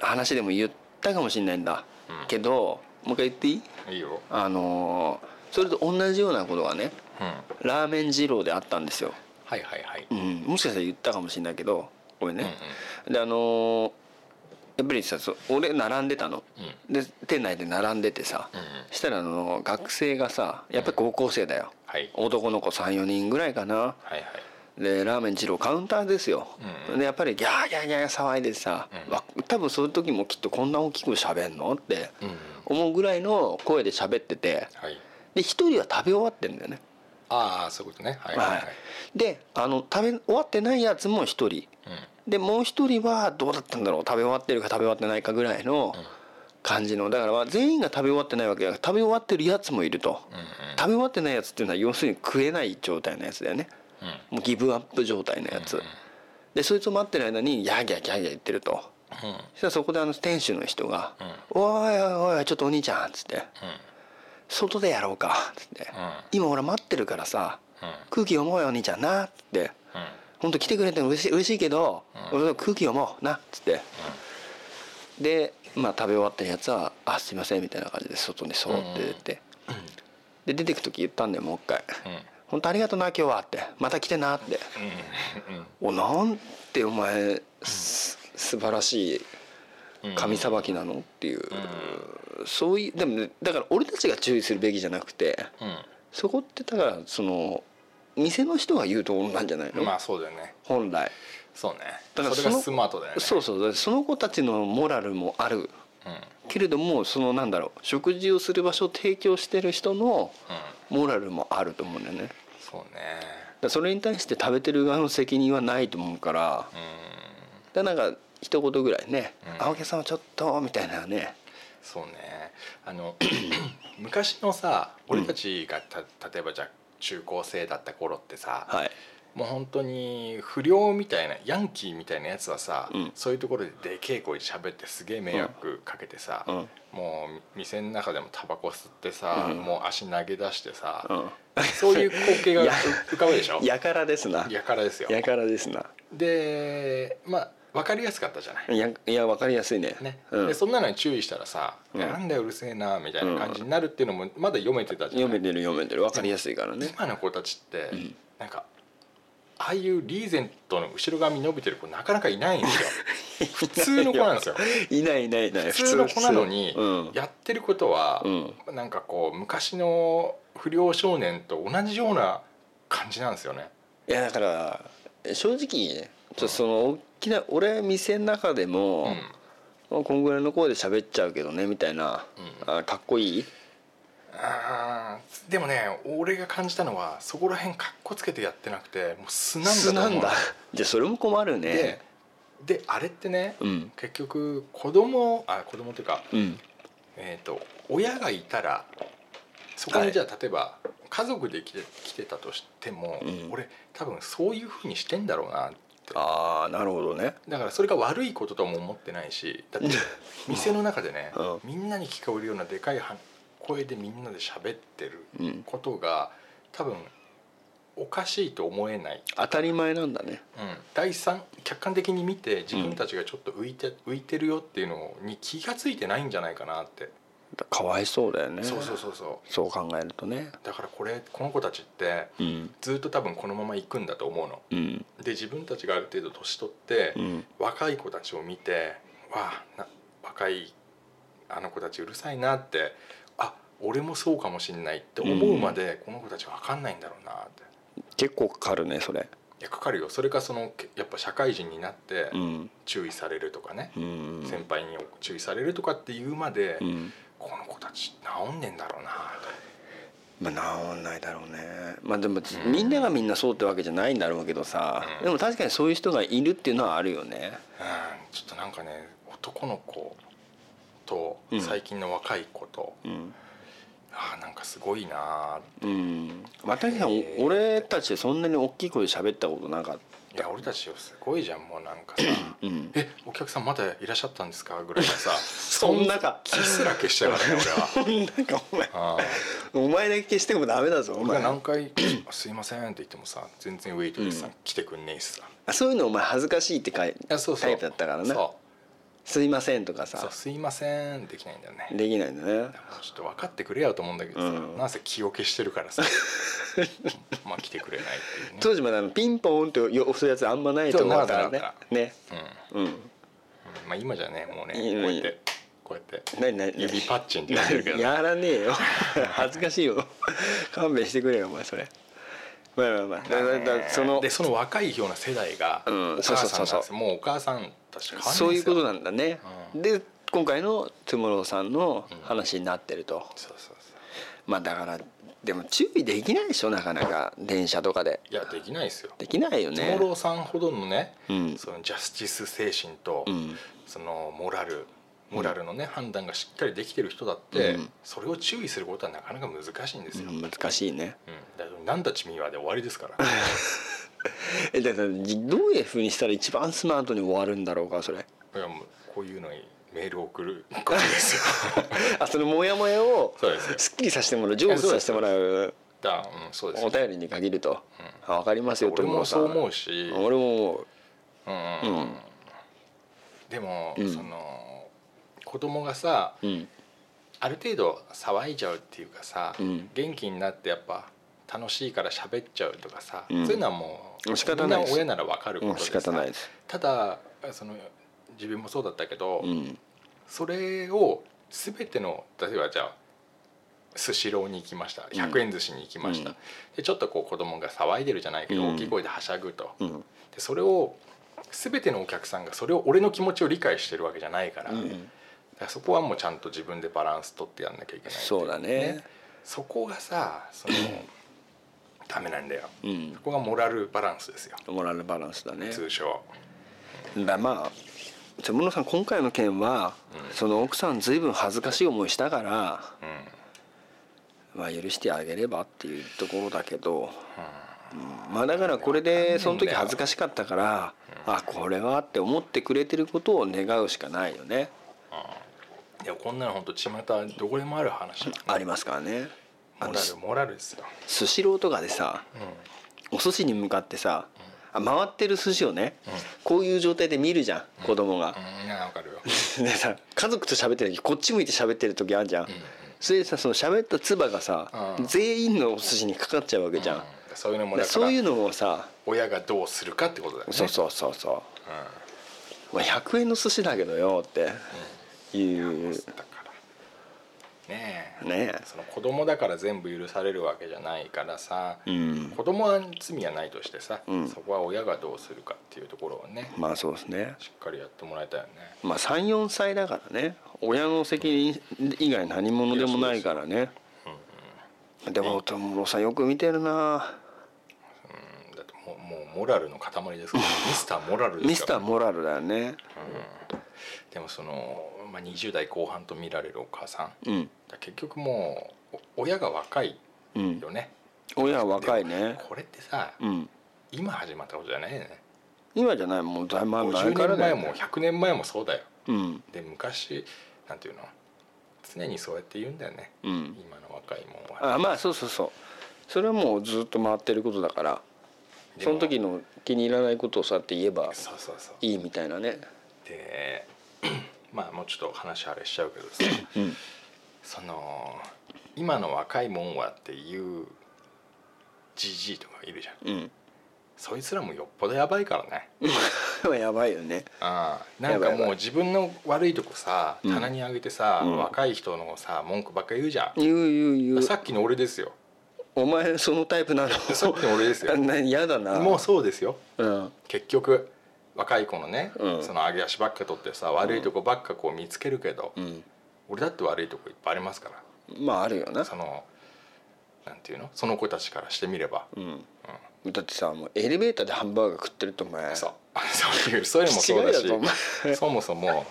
Speaker 3: 話でも言ったかもしれないんだ
Speaker 2: うん
Speaker 3: けどもう一回言っていい
Speaker 2: いいよ、
Speaker 3: あのーそれと同じようなことがね
Speaker 2: うん、はい
Speaker 3: ラーメン二郎であったんですよ、
Speaker 2: はいはい、
Speaker 3: うん、もしかしたら言ったかもしれないけどごめん
Speaker 2: うんう
Speaker 3: ね、であのーやっぱりさそう俺並んでたの
Speaker 2: んうん
Speaker 3: で店内で並んでてさ
Speaker 2: うんうん
Speaker 3: したらあの学生がさやっぱり高校生だよ
Speaker 2: はい
Speaker 3: 男の子34人ぐらいかな
Speaker 2: はいはい
Speaker 3: でラーメン二郎カウンターですよ、
Speaker 2: うん
Speaker 3: でやっぱりギャーギャーギャー騒いでさ、
Speaker 2: うん
Speaker 3: わ多分そういう時もきっとこんな大きく喋んのって
Speaker 2: うんうん
Speaker 3: 思うぐらいの声で喋ってて
Speaker 2: はい
Speaker 3: で一人は食べ終わってんだよね、
Speaker 2: ああそういうことねはいはいはい、
Speaker 3: であの食べ終わってないやつも一人でもう一人はどうだったんだろう食べ終わってるか食べ終わってないかぐらいの
Speaker 2: うん
Speaker 3: 感じのだからまあ全員が食べ終わってないわけだから食べ終わってるやつもいると
Speaker 2: うんうん
Speaker 3: 食べ終わってないやつっていうのは要するに食えない状態のやつだよね
Speaker 2: うんうん
Speaker 3: もうギブアップ状態のやつでそいつを待ってる間にギャーギャーギャーギャー言ってると
Speaker 2: うん
Speaker 3: そしたらそこであの店主の人が「おいおいおいちょっとお兄ちゃん」っつって「外でやろうか」っつって
Speaker 2: うん
Speaker 3: 「今俺待ってるからさ
Speaker 2: うん
Speaker 3: 空気読もうよお兄ちゃんな」っつって
Speaker 2: うん
Speaker 3: 本当来てくれて嬉しい嬉しいけど、
Speaker 2: うん
Speaker 3: 俺は空気読もうなっつって、で、まあ、食べ終わったやつは「あすいません」みたいな感じで外にそーって出て、で出てく時言ったんだよもう一回
Speaker 2: うん
Speaker 3: 「本当ありがとうな今日は」って「また来てな」って
Speaker 2: うんうん
Speaker 3: 「おなんてお前す素晴らしい神さばきなの?」っていう、そういうでもねだから俺たちが注意するべきじゃなくて
Speaker 2: うん
Speaker 3: そこってだからその店の人が言うところなんじゃないの、
Speaker 2: まあそうだよね
Speaker 3: 本来
Speaker 2: そうね
Speaker 3: だから
Speaker 2: そ
Speaker 3: そ
Speaker 2: れ
Speaker 3: の
Speaker 2: がスマートだよね
Speaker 3: そうそうだからその子たちのモラルもある
Speaker 2: うんうん
Speaker 3: けれどもそのなんだろう食事をする場所を提供してる人のモラルもあると思うんだよねだか
Speaker 2: そうね
Speaker 3: らそれに対して食べてる側の責任はないと思うから
Speaker 2: うん
Speaker 3: だからなんか一言ぐらいね
Speaker 2: う
Speaker 3: 「
Speaker 2: ん
Speaker 3: 青木さんはちょっと」みたいなね
Speaker 2: そうねあの <clears throat> 昔のさ俺たちがた例えばじゃあ中高生だった頃ってさ、
Speaker 3: はい
Speaker 2: もう本当に不良みたいなヤンキーみたいなやつはさ、
Speaker 3: うん
Speaker 2: そういうところででけえ声で喋ってすげえ迷惑かけてさ、
Speaker 3: うん
Speaker 2: もう店の中でもタバコ吸ってさ、
Speaker 3: うん
Speaker 2: もう足投げ出してさ、
Speaker 3: うん
Speaker 2: そういう光景が
Speaker 3: <laughs> いや
Speaker 2: 浮かぶでしょ
Speaker 3: やからですな
Speaker 2: やからですよ
Speaker 3: やからですな
Speaker 2: でまあ分かりやすかったじゃない、
Speaker 3: やいや分かりやすいね
Speaker 2: ね
Speaker 3: うん、
Speaker 2: でそんなのに注意したらさ「
Speaker 3: うん
Speaker 2: なんだようるせえな」みたいな感じになるっていうのもまだ読めてたじゃ
Speaker 3: 読
Speaker 2: ない、
Speaker 3: めてる読めてる分かりやすいからね
Speaker 2: 今の子たちって、
Speaker 3: うん
Speaker 2: なんかああいうリーゼントの後ろ髪伸びてる子なかなかいないんです
Speaker 3: <laughs>
Speaker 2: よ普通の子なんですよ
Speaker 3: いないいないいない
Speaker 2: 普通の子なのに
Speaker 3: 普通うん
Speaker 2: やってることは、
Speaker 3: うん
Speaker 2: なんかこう昔の不良少年と同じような感じなんですよね
Speaker 3: いやだから正直ねちょっとその大きな俺店の中で
Speaker 2: うん
Speaker 3: も、こんぐらいの声で喋っちゃうけどねみたいな、あかっこいい
Speaker 2: あーでもね俺が感じたのはそこら辺かっこつけてやってなくてもう素なんだと
Speaker 3: 素
Speaker 2: 思
Speaker 3: な
Speaker 2: うん
Speaker 3: だ <laughs> じゃあそれも困るね
Speaker 2: でであれってね、
Speaker 3: うん
Speaker 2: 結局子供あ子供というか、
Speaker 3: うん
Speaker 2: えー、と親がいたらそこ
Speaker 3: は
Speaker 2: に
Speaker 3: い
Speaker 2: じゃあ例えば家族で来て来てたとしても、
Speaker 3: うん
Speaker 2: 俺多分そういうふうにしてんだろうな
Speaker 3: ああなるほどね
Speaker 2: だからそれが悪いこととも思ってないし
Speaker 3: <laughs>
Speaker 2: だって店の中でね、
Speaker 3: うん
Speaker 2: みんなに聞こえるようなでかいは声でみんなで喋ってる
Speaker 3: うん
Speaker 2: ことが多分おかしいと思えない、
Speaker 3: 当たり前なんだね
Speaker 2: うん、第三客観的に見て自分たちがちょっと浮いて、浮いてるよっていうのに気が付いてないんじゃないかなって、
Speaker 3: かわいそうだよね
Speaker 2: そうそうそうそ
Speaker 3: そう考えるとね
Speaker 2: うだからこれこの子たちって
Speaker 3: うん
Speaker 2: ずっと多分このまま行くんだと思うの
Speaker 3: うん
Speaker 2: で自分たちがある程度年取って、
Speaker 3: うん
Speaker 2: 若い子たちを見てわあな若いあの子たちうるさいなってあ俺もそうかもしんないって思うまでこの子たち分かんないんだろうなって
Speaker 3: 結構かかるねそれ
Speaker 2: いやかかるよそれかそのけやっぱ社会人になって
Speaker 3: うん
Speaker 2: 注意されるとかね、
Speaker 3: うん
Speaker 2: 先輩に注意されるとかっていうまで、
Speaker 3: うん
Speaker 2: この子たち治んねんだろうな
Speaker 3: まあ治んないだろうねまあでもみんながみんなそうってわけじゃないんだろうけどさ、
Speaker 2: うん
Speaker 3: でも確かにそういう人がいるっていうのはあるよね
Speaker 2: うんちょっとなんかね男の子と
Speaker 3: うん
Speaker 2: 最近の若い子と、
Speaker 3: うん、
Speaker 2: ああなんかすごいなって
Speaker 3: うん、私さん
Speaker 2: へー
Speaker 3: 俺たちそんなに大きい声で喋ったことなかっ
Speaker 2: いや俺たちよすごいじゃんもうなんかさ
Speaker 3: た、う
Speaker 2: 「
Speaker 3: ん
Speaker 2: えお客さんまだいらっしゃったんですか?」ぐらいのさ
Speaker 3: <laughs> そんなか
Speaker 2: 気すら消したからね俺
Speaker 3: <laughs>
Speaker 2: は。
Speaker 3: なんかお前
Speaker 2: あー
Speaker 3: お前だけ消してもダメだぞお
Speaker 2: 僕が
Speaker 3: 前
Speaker 2: 何回「すいません」って言ってもさ全然ウェイトレスさん
Speaker 3: うん
Speaker 2: 来てくんねえしさ
Speaker 3: あそういうのお前恥ずかしいって書い
Speaker 2: あそうそう
Speaker 3: タイプだったからね
Speaker 2: そ
Speaker 3: すいません」とか
Speaker 2: うそう
Speaker 3: さ
Speaker 2: 「すいません」できないんだよね
Speaker 3: できないんだね
Speaker 2: もうちょっと分かってくれよと思うんだけどさ、
Speaker 3: うん
Speaker 2: なんせ気を消してるからさ
Speaker 3: <laughs>
Speaker 2: まあ来てくれないっていうね
Speaker 3: 当時まだあのピンポンって押すやつあんまないと思うから
Speaker 2: そ
Speaker 3: ね
Speaker 2: うなかっ
Speaker 3: ね
Speaker 2: うん
Speaker 3: うん
Speaker 2: うんまあ今じゃねもうね
Speaker 3: いい
Speaker 2: こ
Speaker 3: の
Speaker 2: う
Speaker 3: い
Speaker 2: や
Speaker 3: い
Speaker 2: っ
Speaker 3: の
Speaker 2: てこうやって
Speaker 3: 何何
Speaker 2: 指パッチンってやってるけど
Speaker 3: やらねえよ恥ずかしいよ勘弁してくれよお前それまあまあまあだだだその
Speaker 2: でその若いような世代がお
Speaker 3: うん
Speaker 2: 母さんなんですよ、
Speaker 3: そうそうそうそう
Speaker 2: もうお母さんたちと変わん
Speaker 3: そう
Speaker 2: ないんで
Speaker 3: いう
Speaker 2: すよ
Speaker 3: ことなんだね、
Speaker 2: うん
Speaker 3: で今回のトゥモローさんの話になってると、
Speaker 2: そうそうそう
Speaker 3: まあだからでも注意できないでしょなかなか電車とかで
Speaker 2: いやできないですよ
Speaker 3: できないよ
Speaker 2: ト
Speaker 3: ね
Speaker 2: モローさんほどのね、
Speaker 3: うん
Speaker 2: そのジャスティス精神と、
Speaker 3: うん
Speaker 2: そのモラルモラルのね、判断がしっかりできてる人だって、
Speaker 3: うん
Speaker 2: それを注意することはなかなか難しいんですよ、うん
Speaker 3: うん難しいね
Speaker 2: だからなんだちみはで終わりですから
Speaker 3: えだからじどういうふうにしたら一番スマートに終わるんだろうかそれ
Speaker 2: いやもうこういうのにメールを送ることですよ <laughs>
Speaker 3: あそのモヤモヤを
Speaker 2: そうですよ
Speaker 3: すっきりさせてもらう成仏させてもらう
Speaker 2: だうんそうです
Speaker 3: お
Speaker 2: よ
Speaker 3: 便りに限ると、あわかりますよ
Speaker 2: 俺もそう思う
Speaker 3: し
Speaker 2: し、
Speaker 3: 俺も思う
Speaker 2: うんう
Speaker 3: う
Speaker 2: ん
Speaker 3: ん
Speaker 2: でも、
Speaker 3: うん
Speaker 2: その子供がさ
Speaker 3: うん
Speaker 2: ある程度騒いじゃうっていうかさ、
Speaker 3: うん
Speaker 2: 元気になってやっぱ楽しいから喋っちゃうとかさ、
Speaker 3: うん
Speaker 2: そういうのはもう
Speaker 3: 仕方な
Speaker 2: み
Speaker 3: いで
Speaker 2: ん
Speaker 3: す
Speaker 2: な親ならわかるこ
Speaker 3: う
Speaker 2: と
Speaker 3: ん
Speaker 2: で
Speaker 3: 仕
Speaker 2: さ
Speaker 3: 方ないです
Speaker 2: ただその自分もそうだったけど、
Speaker 3: うん
Speaker 2: それを全ての例えばじゃあスシローに行きました100円寿司に行きました、
Speaker 3: うん
Speaker 2: でちょっとこう子供が騒いでるじゃないけど、
Speaker 3: うん
Speaker 2: 大きい声ではしゃぐと、
Speaker 3: うん
Speaker 2: でそれを全てのお客さんがそれを俺の気持ちを理解してるわけじゃないから,、だからそこはもうちゃんと自分でバランス取ってやんなきゃいけないってい
Speaker 3: そうだね
Speaker 2: そこがさそ
Speaker 3: <clears throat>
Speaker 2: のダメなんだよ、
Speaker 3: うん
Speaker 2: そこがモラルバランスですよ
Speaker 3: モラルバランスだね
Speaker 2: 通称
Speaker 3: だまあじゃあ室さん今回の件は、その奥さん随分恥ずかしい思いしたから、まあ許してあげればっていうところだけど、うんまあだからこれでその時恥ずかしかったから、あこれはって思ってくれてることを願うしかないよね、
Speaker 2: いやこんなの本当巷どこでもある話
Speaker 3: ありますからねあ
Speaker 2: モ
Speaker 3: の
Speaker 2: ラルモラルですよ、
Speaker 3: スシローとかでさお寿司に向かってさ、あ回ってる寿司をね、こういう状態で見るじゃん子供が、
Speaker 2: うん、いやわかるよ
Speaker 3: <laughs> でさ家族と喋ってる時こっち向いて喋ってる時あるじゃん、それでさその喋った唾がさ、
Speaker 2: うん
Speaker 3: 全員のお寿司にかかっちゃうわけじゃん、
Speaker 2: うんそういうのも
Speaker 3: だ
Speaker 2: だ
Speaker 3: から
Speaker 2: から
Speaker 3: そういうのをさ
Speaker 2: 親がどうするかってことだよね
Speaker 3: そうそうそうそう、まあ、100円の寿司だけどよっていうね
Speaker 2: だからねえ
Speaker 3: え
Speaker 2: その子供だから全部許されるわけじゃないからさ、
Speaker 3: うん
Speaker 2: 子供は罪はないとしてさ、
Speaker 3: ん
Speaker 2: そこは親がどうするかっていうところをね
Speaker 3: まあそうですね
Speaker 2: しっかりやってもらいたいよね
Speaker 3: まあ34歳だからね親の責任以外何者でもないからねでも友野さんよく見てるな
Speaker 2: うんだってもうもうモラルの塊ですから
Speaker 3: <laughs>
Speaker 2: ミスターモラルで
Speaker 3: ミ
Speaker 2: す
Speaker 3: ス
Speaker 2: か
Speaker 3: ター
Speaker 2: ら
Speaker 3: モラルだよね
Speaker 2: でもその、まあ、20代後半と見られるお母さんだか
Speaker 3: うん
Speaker 2: ら結局もうお親が若い
Speaker 3: うん
Speaker 2: よね、
Speaker 3: 親は若いね
Speaker 2: これってさ、
Speaker 3: うん
Speaker 2: 今始まったことじゃないよね
Speaker 3: 今じゃないもうだいぶ前
Speaker 2: 50
Speaker 3: から
Speaker 2: 年
Speaker 3: だ
Speaker 2: 前
Speaker 3: よ
Speaker 2: も
Speaker 3: ね
Speaker 2: 100年前もそうだよ
Speaker 3: うん
Speaker 2: で昔なんていうの常にそうやって言うんだよね、
Speaker 3: うん
Speaker 2: 今の若いもんは
Speaker 3: あまあそうそうそうそれはもうずっと回ってることだから
Speaker 2: で
Speaker 3: そ
Speaker 2: も
Speaker 3: の時の気に入らないことをそうやって言えば
Speaker 2: そうそうそう
Speaker 3: いいみたいなね
Speaker 2: で <clears throat> まあもうちょっと話あれしちゃうけどさ、その今の若いもんはっていうじじいとかいるじゃん
Speaker 3: うん
Speaker 2: そいつらもよっぽどやばいからね <laughs>
Speaker 3: やばいよね
Speaker 2: ああなんか
Speaker 3: やばいやば
Speaker 2: もう
Speaker 3: い
Speaker 2: 自分の悪いとこさ
Speaker 3: うん
Speaker 2: 棚に上げてさ、
Speaker 3: うん
Speaker 2: 若い人のさ文句ばっか言うじゃん、
Speaker 3: 言う言う言う
Speaker 2: さっきの俺ですよ
Speaker 3: お前そのタイプなの
Speaker 2: さっきの俺
Speaker 3: <laughs>
Speaker 2: ですよ
Speaker 3: な嫌だな
Speaker 2: もうそうですよ
Speaker 3: うん
Speaker 2: 結局若い子のね、
Speaker 3: うん
Speaker 2: その上げ足ばっか取ってさ悪いとこばっかこう見つけるけど、
Speaker 3: うん
Speaker 2: 俺だって悪いとこいっぱいありますから
Speaker 3: まああるよな
Speaker 2: そのなんていうのその子たちからしてみれば、
Speaker 3: うんだってさもうエレベーターでハンバーガー食ってるとお前
Speaker 2: そう <laughs> そういうそういうのもそうだ
Speaker 3: <laughs> 違うよ
Speaker 2: し <laughs> そもそも、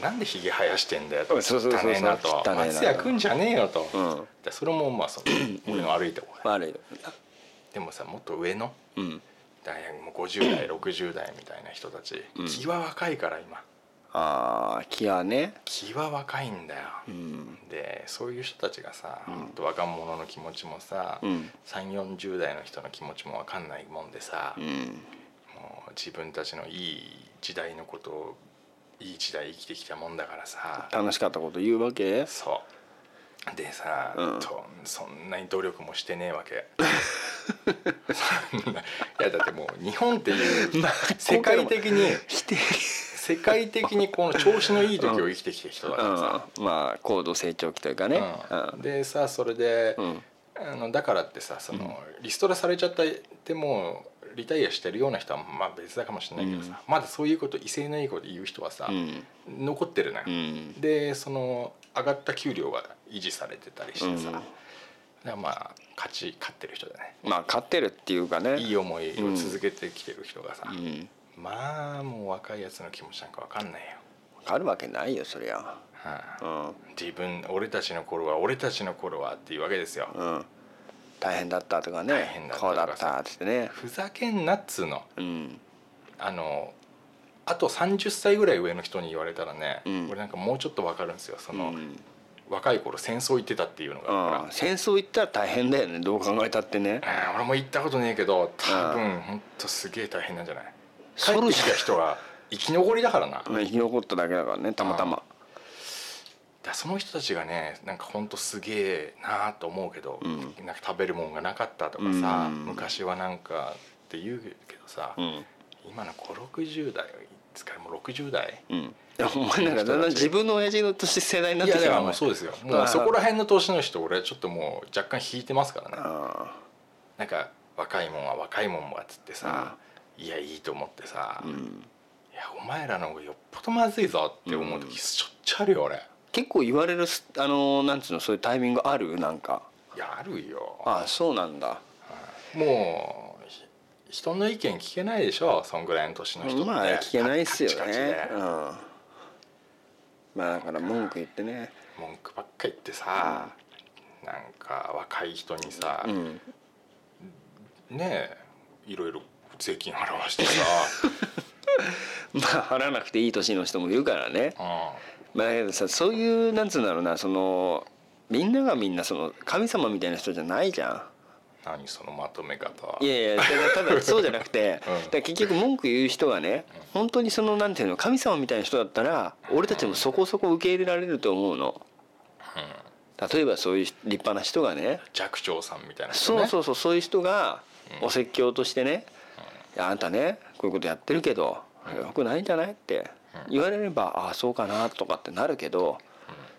Speaker 3: う
Speaker 2: なんでひげ生やしてんだよと
Speaker 3: うんそうそうそうそう
Speaker 2: 汚ねえなと
Speaker 3: 汚ねえな
Speaker 2: 松屋くんじゃねえよと、
Speaker 3: うん
Speaker 2: でそれもまあその俺の悪いとこだ、
Speaker 3: 悪いよ
Speaker 2: でもさもっと上の
Speaker 3: うん
Speaker 2: 大学もう50代60代みたいな人たち、
Speaker 3: うん
Speaker 2: 気は若いから今
Speaker 3: ああ気はね
Speaker 2: 気は若いんだよ、
Speaker 3: うん
Speaker 2: でそういう人たちがさ、ほんと若者の気持ちもさ、
Speaker 3: うん
Speaker 2: 3 4 0代の人の気持ちも分かんないもんでさ、
Speaker 3: うん
Speaker 2: もう自分たちのいい時代のことをいい時代生きてきたもんだからさ
Speaker 3: 楽しかったこと言うわけ
Speaker 2: そうでさ、
Speaker 3: うん
Speaker 2: とそんなに努力もしてねえわけそんないやだってもう日本って
Speaker 3: <laughs>
Speaker 2: いう世界的に
Speaker 3: 否定
Speaker 2: 世界的にこの調子のいい時を生きてきた人だ
Speaker 3: うん
Speaker 2: からさ、
Speaker 3: まあ高度成長期というかね
Speaker 2: うんでさそれで、
Speaker 3: うん
Speaker 2: あのだからってさそのリストラされちゃったでもリタイアしてるような人はまあ別だかもしれないけどさ、まだそういうこと威勢のいいこと言う人はさ、
Speaker 3: うん
Speaker 2: 残ってるのよ、
Speaker 3: うん
Speaker 2: でその上がった給料が維持されてたりしてさ、
Speaker 3: うん
Speaker 2: だからまあ勝ち勝ってる人だね
Speaker 3: まあ勝ってるっていうかね
Speaker 2: いい思いを続けてきてる人がさ、
Speaker 3: うん
Speaker 2: まあもう若いやつの気持ちなんか分かんないよ、
Speaker 3: あるわけないよそりゃ
Speaker 2: はあ
Speaker 3: うん
Speaker 2: 自分俺たちの頃は俺たちの頃はっていうわけですよ、
Speaker 3: うん大変だったとか
Speaker 2: 大
Speaker 3: ね
Speaker 2: 変だったと
Speaker 3: こ
Speaker 2: か
Speaker 3: うだったっつってね
Speaker 2: ふざけんなっつうの
Speaker 3: うん
Speaker 2: あのあと30歳ぐらい上の人に言われたらね、
Speaker 3: うん
Speaker 2: 俺なんかもうちょっとわかるんですよそうの、
Speaker 3: ん
Speaker 2: 若い頃戦争行ってたっていうのがあるから、
Speaker 3: 戦争行ったら大変だよねどう考えたってね
Speaker 2: えー俺も行ったことねえけど多分ほんとすげえ大変なんじゃない帰
Speaker 3: ソ
Speaker 2: っ
Speaker 3: ル
Speaker 2: て
Speaker 3: ジ
Speaker 2: き
Speaker 3: ャー
Speaker 2: た人は生き残りだからな、
Speaker 3: 生き残っただけだからねたまたま
Speaker 2: だその人たちがねなんかほんとすげえなと思うけど、
Speaker 3: ん
Speaker 2: なんか食べるもんがなかったとかさ、
Speaker 3: うん
Speaker 2: 昔はなんかって言うけどさ、
Speaker 3: うん
Speaker 2: 今の560代ですからもう60代
Speaker 3: うんいやお前なんかだんだん自分の親父の年世代にないって
Speaker 2: や
Speaker 3: き
Speaker 2: で
Speaker 3: たなお
Speaker 2: もも
Speaker 3: 前
Speaker 2: うそうですよも
Speaker 3: あー
Speaker 2: うそこら辺の年の人俺ちょっともう若干引いてますからね
Speaker 3: あ
Speaker 2: なんか若いもんは若いもんはっつってさ、いやいいと思ってさ、
Speaker 3: あ
Speaker 2: い
Speaker 3: うん
Speaker 2: やお前らの方がよっぽどまずいぞって思う
Speaker 3: うん
Speaker 2: 時しょっちゅうあるよ俺
Speaker 3: 結構言われるすあのなんつうのそういうタイミングあるなんか
Speaker 2: いやあるよ
Speaker 3: ああそうなんだ
Speaker 2: もうひ人の意見聞けないでしょそんぐらいの年の人って
Speaker 3: まあ聞けないっすよ
Speaker 2: カチカチ
Speaker 3: ね
Speaker 2: で
Speaker 3: うんまあだから文句言ってね
Speaker 2: 文句ばっか言ってさ、なんか若い人にさ、
Speaker 3: うん
Speaker 2: ねえいろいろ税金払わしてさ、
Speaker 3: <laughs> まあ払わなくていい年の人もいるからね
Speaker 2: う
Speaker 3: まあだけどさそういうなんつうんだろうなそのみんながみんなその神様みたいな人じゃないじゃ
Speaker 2: ん、何そのまとめ方
Speaker 3: んいやいやだからた <laughs> だそうじゃなく
Speaker 2: う
Speaker 3: て、
Speaker 2: ん
Speaker 3: だから結局文句言う人がね本当にそのなんていうの神様みたいな人だったら俺たちもそこそこ受け入れられると思うの例えばそういう立派な人がね
Speaker 2: 寂聴さんみたいな人
Speaker 3: そう
Speaker 2: ね
Speaker 3: そうそうそういう人が
Speaker 2: うん
Speaker 3: お説教としてね「いやあんたねこういうことやってるけど
Speaker 2: うん
Speaker 3: よくないんじゃない?」って
Speaker 2: うん
Speaker 3: 言われれば「ああそうかな」とかってなるけど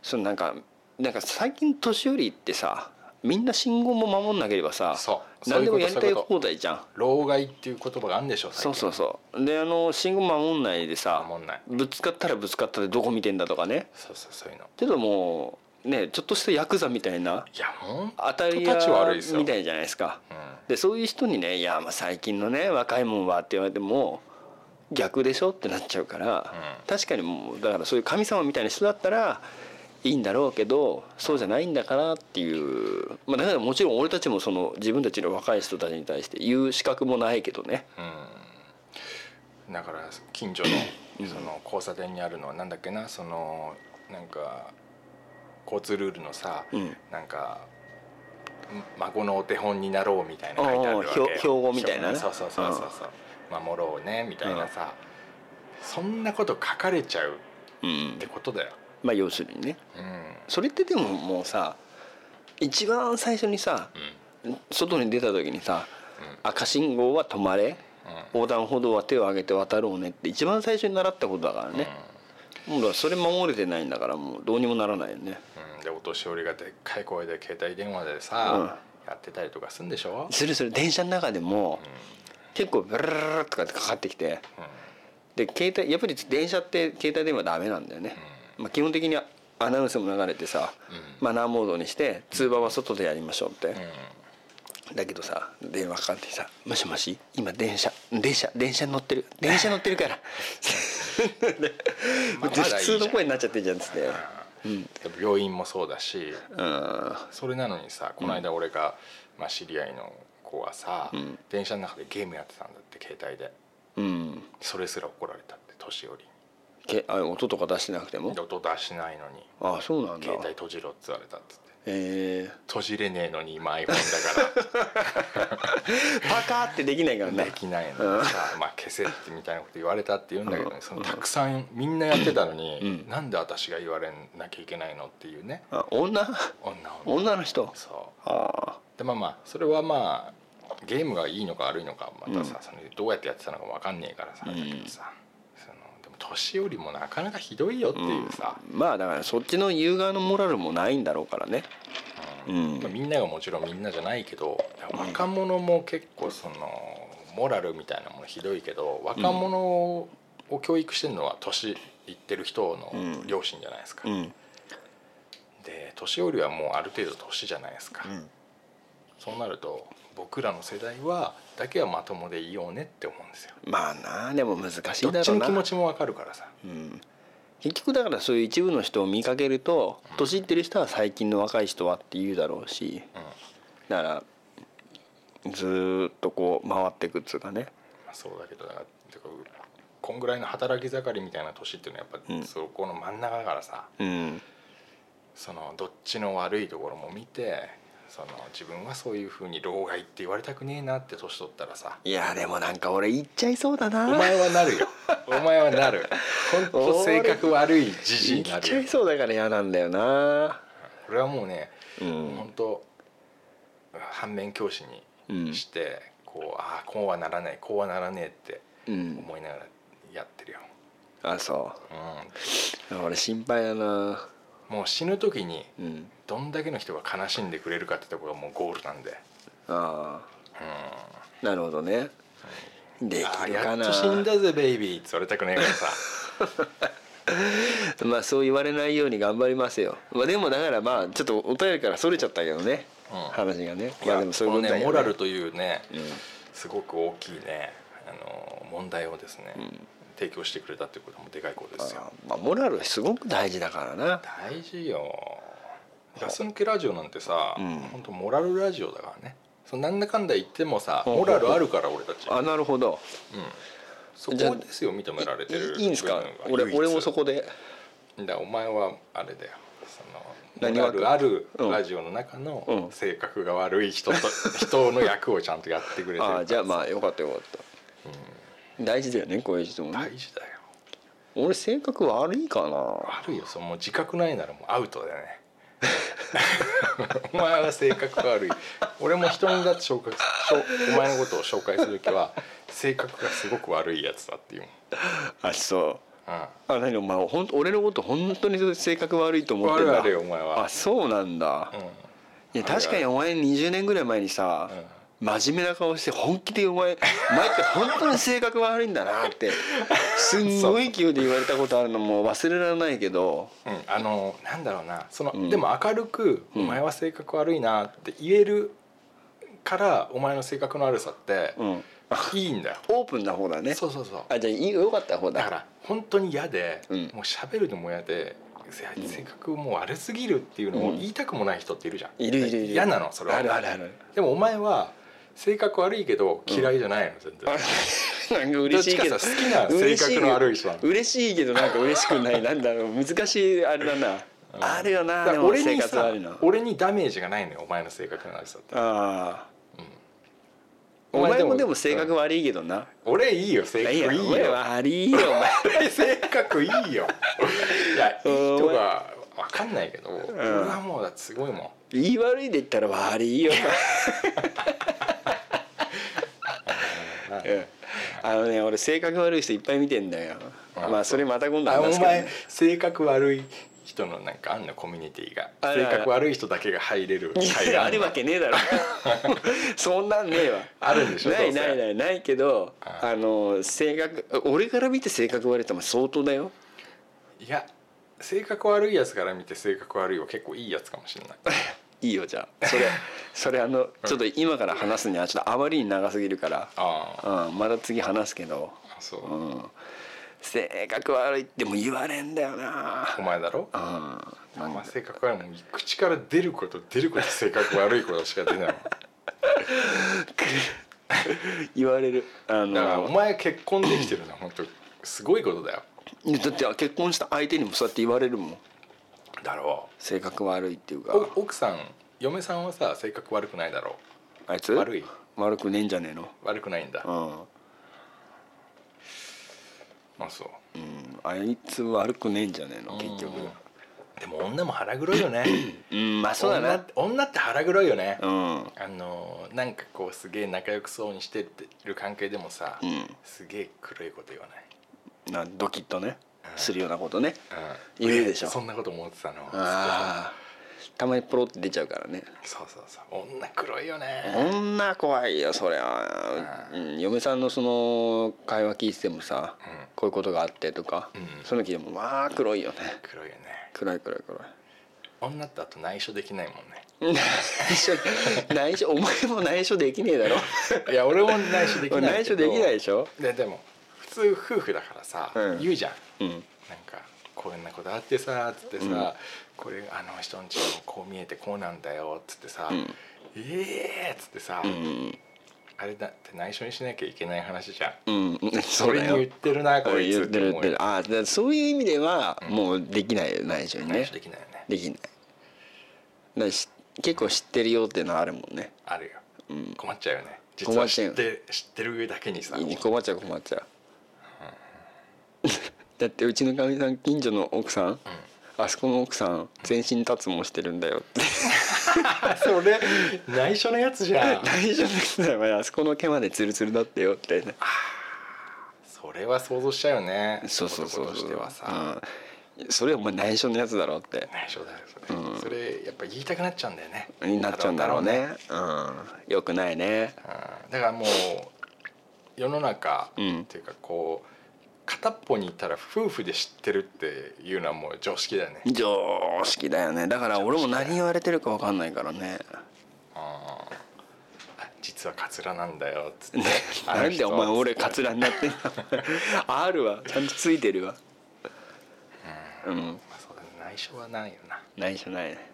Speaker 3: そのなんかなんか最近年寄りってさみんな信号も守んなければさ
Speaker 2: そう
Speaker 3: 何でもやり
Speaker 2: そう
Speaker 3: た
Speaker 2: い
Speaker 3: いう
Speaker 2: ことそういうこ
Speaker 3: 放題じゃん。
Speaker 2: と老害っていう言葉があるんでしょ
Speaker 3: そうそううそうであの信号守んないでさ
Speaker 2: 守んない
Speaker 3: ぶつかったらぶつかったでどこ見てんだとかね
Speaker 2: そうそうそういうの
Speaker 3: けどもうねちょっとしたヤクザみたいない
Speaker 2: やほん
Speaker 3: 当たり屋
Speaker 2: 人たち悪いですよ
Speaker 3: みたいじゃないですか。
Speaker 2: う
Speaker 3: でそういう人にね「いやまあ最近のね若いもんは」って言われても逆でしょってなっちゃうから、
Speaker 2: うん
Speaker 3: 確かにもうだからそういう神様みたいな人だったらいいんだろうけどそうじゃないんだからっていう、まあ、だからもちろん俺たちもその自分たちの若い人たちに対して言う資格もないけどね。
Speaker 2: ん、うん、だから近所のその交差点にあるのはなんだっけなそのなんか交通ルールのさ、
Speaker 3: うん
Speaker 2: なんかん孫のお手本になろうみたいな書いてあるわけ
Speaker 3: おうおう標標語みたいなね
Speaker 2: そうそうそうそうそう守ろうねみたいなさ、そんなこと書かれちゃう
Speaker 3: うん
Speaker 2: ってことだよ、
Speaker 3: まあ、要するにね
Speaker 2: うんうん
Speaker 3: それってでももうさ一番最初にさ外に出た時にさ「赤信号は止まれ」横断歩道は手を挙げて渡ろうねって一番最初に習ったことだから
Speaker 2: うん
Speaker 3: ね、もうだからそれ守れてないんだからもうどうにもならないよね
Speaker 2: うん、でお年寄りがでっかい声で携帯電話でさ、やってたりとかすんでしょ、
Speaker 3: するする電車の中でも
Speaker 2: うん
Speaker 3: 結構ブルルルルとかってかかってきて
Speaker 2: うん
Speaker 3: で携帯やっぱり電車って携帯電話ダメなんだよね、まあ、基本的にはアナウンスも流れてさ、
Speaker 2: うん
Speaker 3: マナーモードにして通話は外でやりましょうって
Speaker 2: う、ん
Speaker 3: だけどさ電話かかってきてさ「もしもし今電車電車電車乗ってる電車乗ってるから」
Speaker 2: まあまだいいじゃん
Speaker 3: 普通の声になっちゃってんじゃんっつって
Speaker 2: でも病院もそうだし
Speaker 3: うん
Speaker 2: それなのにさこの間俺が、まあ、知り合いの子はさ、
Speaker 3: ん
Speaker 2: 電車の中でゲームやってたんだって携帯で
Speaker 3: うん
Speaker 2: それすら怒られたって年寄り
Speaker 3: けあ音とか出してなくても
Speaker 2: に音出しないのに
Speaker 3: あそうなんだ
Speaker 2: 携帯閉じろっつ言われたっつって
Speaker 3: え
Speaker 2: 閉じれねえのに今 iPhone だか
Speaker 3: ー、パカーってできないから
Speaker 2: ら
Speaker 3: ね
Speaker 2: できないのにさ、まあ、消せってみたいなこと言われたって言うんだけどね、そのたくさんみんなやってたのに、
Speaker 3: うん
Speaker 2: なんで私が言われなきゃいけないのっていうね
Speaker 3: あ女
Speaker 2: 女女
Speaker 3: 女の人
Speaker 2: そう
Speaker 3: あ
Speaker 2: でまあまあそれはまあゲームがいいのか悪いのかまたさ、そのどうやってやってたのか分かんねえからさ、
Speaker 3: うん
Speaker 2: だけどさそのでも年寄りもなかなかひどいよっていうさ、
Speaker 3: ーまあだからそっちの言う側のモラルもないんだろうからね
Speaker 2: う
Speaker 3: うん
Speaker 2: まあみんながもちろんみんなじゃないけど若者も結構そのモラルみたいなものひどいけど若者を教育してるのは年いってる人の両親じゃないですか。
Speaker 3: うん
Speaker 2: で年寄りはもうある程度年じゃないですか。
Speaker 3: うん
Speaker 2: そうなると僕らの世代はだけはまともでいようねって思うんですよ。
Speaker 3: まあなでも難しい
Speaker 2: ど
Speaker 3: だ
Speaker 2: っち
Speaker 3: ろ
Speaker 2: の
Speaker 3: うな
Speaker 2: 気持ちもわかるからさ、
Speaker 3: うん、結局だからそういう一部の人を見かけると年いってる人は最近の若い人はって言うだろうし
Speaker 2: うんま
Speaker 3: だからずーっとこう回っていくっつうかね
Speaker 2: あ、そうだけどだからてかこんぐらいの働き盛りみたいな年っていうのはやっぱ、
Speaker 3: うん
Speaker 2: そこの真ん中だからさ
Speaker 3: うん
Speaker 2: そのどっちの悪いところも見てその自分はそういうふうに老害って言われたくねえなって年取ったらさ
Speaker 3: いやでもなんか俺言っちゃいそうだな
Speaker 2: お前はなる
Speaker 3: <laughs>
Speaker 2: よお前はなる本当性格悪いじじい
Speaker 3: 言
Speaker 2: にな
Speaker 3: っ
Speaker 2: る
Speaker 3: ちゃ
Speaker 2: よ
Speaker 3: いそうだから嫌なんだよな
Speaker 2: これはもうね
Speaker 3: うん
Speaker 2: 本当反面教師にして、こうああこうはならないこうはならねえって
Speaker 3: うん
Speaker 2: 思いながらやってるよ、
Speaker 3: あそ
Speaker 2: うん
Speaker 3: う俺心配だな
Speaker 2: もう死ぬ時に
Speaker 3: うん
Speaker 2: どんだけの人が悲しんでくれるかってところがもうゴールなんで、
Speaker 3: あ
Speaker 2: う
Speaker 3: あなるほどねで
Speaker 2: ん、あー
Speaker 3: きる
Speaker 2: や
Speaker 3: か
Speaker 2: っ
Speaker 3: な
Speaker 2: と死んだぜベイビーって言われたくないからさ
Speaker 3: まあそう言われないように頑張りますよ、まあ、でもだからまあちょっとお便りからそれちゃったけどね、
Speaker 2: うん
Speaker 3: 話がね
Speaker 2: い
Speaker 3: ま
Speaker 2: や
Speaker 3: あ
Speaker 2: こ
Speaker 3: でもそういうこ
Speaker 2: の
Speaker 3: とだよ
Speaker 2: ね
Speaker 3: ね
Speaker 2: モラルというね
Speaker 3: うん
Speaker 2: すごく大きいねあの問題をですね、提供してくれたってこともでかいことですよ
Speaker 3: あまあモラルすごく大事だからな
Speaker 2: 大事よガス抜けラジオなんてさ、
Speaker 3: う
Speaker 2: ほ
Speaker 3: ん
Speaker 2: ん、本当モラルラジオだからねそのなんだかんだ言ってもさ
Speaker 3: ほうほ
Speaker 2: モ
Speaker 3: うほ
Speaker 2: ラ
Speaker 3: う
Speaker 2: ルあるから俺たち
Speaker 3: あなるほど
Speaker 2: そこですよ認められてる
Speaker 3: いいいんですか
Speaker 2: 部分が
Speaker 3: 俺
Speaker 2: 唯一
Speaker 3: 俺もそこで
Speaker 2: だからお前はあれだよその
Speaker 3: 何
Speaker 2: モラ
Speaker 3: 枠
Speaker 2: ルある
Speaker 3: うん
Speaker 2: ラジオの中
Speaker 3: う
Speaker 2: の
Speaker 3: ん
Speaker 2: 性格が悪い人と、人の役をちゃんとやってくれてるから
Speaker 3: あじゃあまあよかったよかった、大事だよねこういう人もね
Speaker 2: 大事だよ
Speaker 3: 俺性格悪いかな
Speaker 2: 悪いよそのもう自覚ないならもうアウトだよね <laughs> お前は性格悪い俺も人にだって紹介しょお前のことを紹介する時は性格がすごく悪いやつだっていうもん、
Speaker 3: あそう
Speaker 2: う
Speaker 3: あ何お前ほんと俺のこと本当に性格悪いと思ってん
Speaker 2: 悪い
Speaker 3: だ
Speaker 2: 悪いお前は
Speaker 3: あそうなんだ、
Speaker 2: んうん
Speaker 3: いや確かにお前20年ぐらい前にさ、真面目な顔して本気でお
Speaker 2: <laughs>
Speaker 3: 前お前って本当に性格悪いんだなってすんごい勢いで言われたことあるのもう忘れられないけど
Speaker 2: うん、あのなんだろうなその、
Speaker 3: うん
Speaker 2: でも明るく「お
Speaker 3: うん
Speaker 2: 前は性格悪いな」って言えるからお前の性格の悪さって
Speaker 3: うん
Speaker 2: いいんだよ、
Speaker 3: オープンな方だね
Speaker 2: そうそうそう
Speaker 3: あじゃあいいよかった方だ
Speaker 2: だ <laughs> から本当に嫌で、
Speaker 3: うん
Speaker 2: もう喋るのも嫌でせ性格もう悪すぎるっていうのを言いたくもない人っているじゃん、
Speaker 3: いるいるいる
Speaker 2: 嫌なのそれは
Speaker 3: あるあるある
Speaker 2: でもお前は性格悪いけど嫌いじゃないの全然、
Speaker 3: なんか嬉しいけ
Speaker 2: ど
Speaker 3: ど
Speaker 2: っちかっていうと好きな性格の悪い人なの
Speaker 3: 嬉しいけどなんか嬉しくないなんだろう難しいあれだな、あるよ
Speaker 2: だ
Speaker 3: な
Speaker 2: か
Speaker 3: で
Speaker 2: ら
Speaker 3: も
Speaker 2: 俺
Speaker 3: 生
Speaker 2: に
Speaker 3: 活
Speaker 2: さ
Speaker 3: 悪いな
Speaker 2: 俺にダメージがないのよお前の性格の悪さって
Speaker 3: ああ、
Speaker 2: うん
Speaker 3: お
Speaker 2: お
Speaker 3: 前
Speaker 2: 前で
Speaker 3: も
Speaker 2: も
Speaker 3: でも性格悪いけどな、
Speaker 2: 俺いいよ性格い
Speaker 3: いやお
Speaker 2: い
Speaker 3: 前
Speaker 2: よ
Speaker 3: 悪いよお前
Speaker 2: 俺性格いいよいやい
Speaker 3: <laughs>
Speaker 2: い人が分かんないけど、俺はもうだってすごいもん
Speaker 3: 言い悪いで言ったら悪いよお
Speaker 2: <laughs>
Speaker 3: 前うんあのね俺性格悪い人いっぱい見てんだよ
Speaker 2: うん
Speaker 3: まあそれまた今度
Speaker 2: あ
Speaker 3: 話
Speaker 2: お
Speaker 3: すけど
Speaker 2: 前
Speaker 3: ね
Speaker 2: 性格悪い人のなんかあんのコミュニティが
Speaker 3: ある
Speaker 2: 性
Speaker 3: ある
Speaker 2: 格悪い人だけが入れる
Speaker 3: い
Speaker 2: 会
Speaker 3: や
Speaker 2: が
Speaker 3: あ
Speaker 2: あ
Speaker 3: る
Speaker 2: る
Speaker 3: わけねえだろ <laughs> そんなんねえわ
Speaker 2: あるんでしょ
Speaker 3: ない
Speaker 2: どう
Speaker 3: な
Speaker 2: せ
Speaker 3: いないないけど
Speaker 2: うん
Speaker 3: あの性格俺から見て性格悪いってお前相当だよ
Speaker 2: いや性格悪いやつから見て性格悪いは結構いいやつかもし
Speaker 3: <laughs>
Speaker 2: れない
Speaker 3: いいよじゃあそ
Speaker 2: <laughs>
Speaker 3: れそれあのちょっと今から話すにはちょっとあまりに長すぎるから、
Speaker 2: あ
Speaker 3: うん、また次話すけど、
Speaker 2: あそう、
Speaker 3: うん、性格悪いっても言われんだよな
Speaker 2: お前だろ
Speaker 3: うんなん
Speaker 2: お前
Speaker 3: か
Speaker 2: 性格悪いもん口から出ること出ること性格悪いことしか出ないもん
Speaker 3: 言われるあ
Speaker 2: だからお
Speaker 3: の
Speaker 2: 前結婚できてるのは本当すごいことだよ
Speaker 3: いやだって結婚した相手にもそうやって言われるもん
Speaker 2: だろ
Speaker 3: 性格悪いっていう
Speaker 2: う
Speaker 3: か
Speaker 2: お奥さん嫁さんはさ性格悪くないだろ
Speaker 3: あいつ
Speaker 2: 悪い
Speaker 3: 悪くねえんじゃねえの
Speaker 2: う悪くないんだ、
Speaker 3: うん
Speaker 2: あそう
Speaker 3: うんあいつ悪くねえんじゃねえの結局
Speaker 2: でも女も腹黒い
Speaker 3: <laughs>
Speaker 2: よね
Speaker 3: うんまあそうだな
Speaker 2: 女女って腹黒いよね、
Speaker 3: うん
Speaker 2: あのーなんかこうすげえ仲良くそうにしてってる関係でもさ、
Speaker 3: うん
Speaker 2: すげえ黒いこと言わない、
Speaker 3: なドキッとね
Speaker 2: うん
Speaker 3: するようなことね
Speaker 2: うん、
Speaker 3: 言うでしょ
Speaker 2: そんなこと思ってたの
Speaker 3: あーたまにポロって出ちゃうからね
Speaker 2: そうそうそう女黒いよね
Speaker 3: 女怖いよそりゃ、うん、嫁さんのその会話聞いててもさ、
Speaker 2: うん
Speaker 3: こういうことがあってとか、
Speaker 2: うん
Speaker 3: その時でもまあ黒
Speaker 2: <laughs>
Speaker 3: いよね
Speaker 2: 黒いよね
Speaker 3: 暗い暗い暗い
Speaker 2: 女ってあと内緒できないもんね
Speaker 3: <laughs> 内緒内緒お前も内緒できねえだろ
Speaker 2: いや俺も内緒
Speaker 3: <laughs>
Speaker 2: できない
Speaker 3: 内緒できないで
Speaker 2: し
Speaker 3: しょ
Speaker 2: ででも普通夫婦だからさ、
Speaker 3: うん
Speaker 2: 言うじゃん
Speaker 3: うん
Speaker 2: なんかこんなことあってさつってさ、
Speaker 3: うん
Speaker 2: これあの人んちもこう見えてこうなんだよつってさ、
Speaker 3: うん
Speaker 2: ええー、つってさ、
Speaker 3: うん
Speaker 2: あれだって内緒にしなきゃいけない話じゃん
Speaker 3: うん、そ
Speaker 2: それ
Speaker 3: れ
Speaker 2: に
Speaker 3: に
Speaker 2: 言ってるなこい
Speaker 3: 言
Speaker 2: つっ
Speaker 3: っ
Speaker 2: てて
Speaker 3: る
Speaker 2: 思う
Speaker 3: 言ってるああだからそういう意味ではもうできないよ内緒に
Speaker 2: 内
Speaker 3: ね
Speaker 2: 緒できないよね
Speaker 3: できないだからし結構知ってるよっていうのはあるもんね
Speaker 2: あるよ、
Speaker 3: うん
Speaker 2: 困っちゃうよね実は知っ
Speaker 3: 困っちゃう
Speaker 2: て知ってる上だけにさ
Speaker 3: 困っちゃう困っちゃう <laughs> だってうちのかみさん近所の奥さん、あそこの奥さん全身脱毛してるんだよって
Speaker 2: あ <laughs> それ内緒の
Speaker 3: <laughs>
Speaker 2: やつじゃん
Speaker 3: 大丈夫ですよあそこの毛までツルツルだってよってね
Speaker 2: そそれは想像しちゃうよね
Speaker 3: そうそうそう
Speaker 2: 男としてはさ、
Speaker 3: うん、それお前内緒のやつだろって
Speaker 2: 内緒だよそれ、それやっぱ言いたくなっちゃうんだよね
Speaker 3: になっちゃうんだろうねうんよくないね
Speaker 2: うんだからもう世の中、
Speaker 3: うん
Speaker 2: っていうかこう片っぽにいたら夫婦で知ってるっていうのはもう常識だよね、うん、
Speaker 3: 常識だよねだから俺も何言われてるか分かんないからね
Speaker 2: あ実はカツラなんだよっつ <laughs> って
Speaker 3: なんでお前俺カツ
Speaker 2: ラ
Speaker 3: ラにな
Speaker 2: <laughs>
Speaker 3: ってんのあるわちゃんとついてるわうん
Speaker 2: そうだね内緒はないよな
Speaker 3: ないじゃないね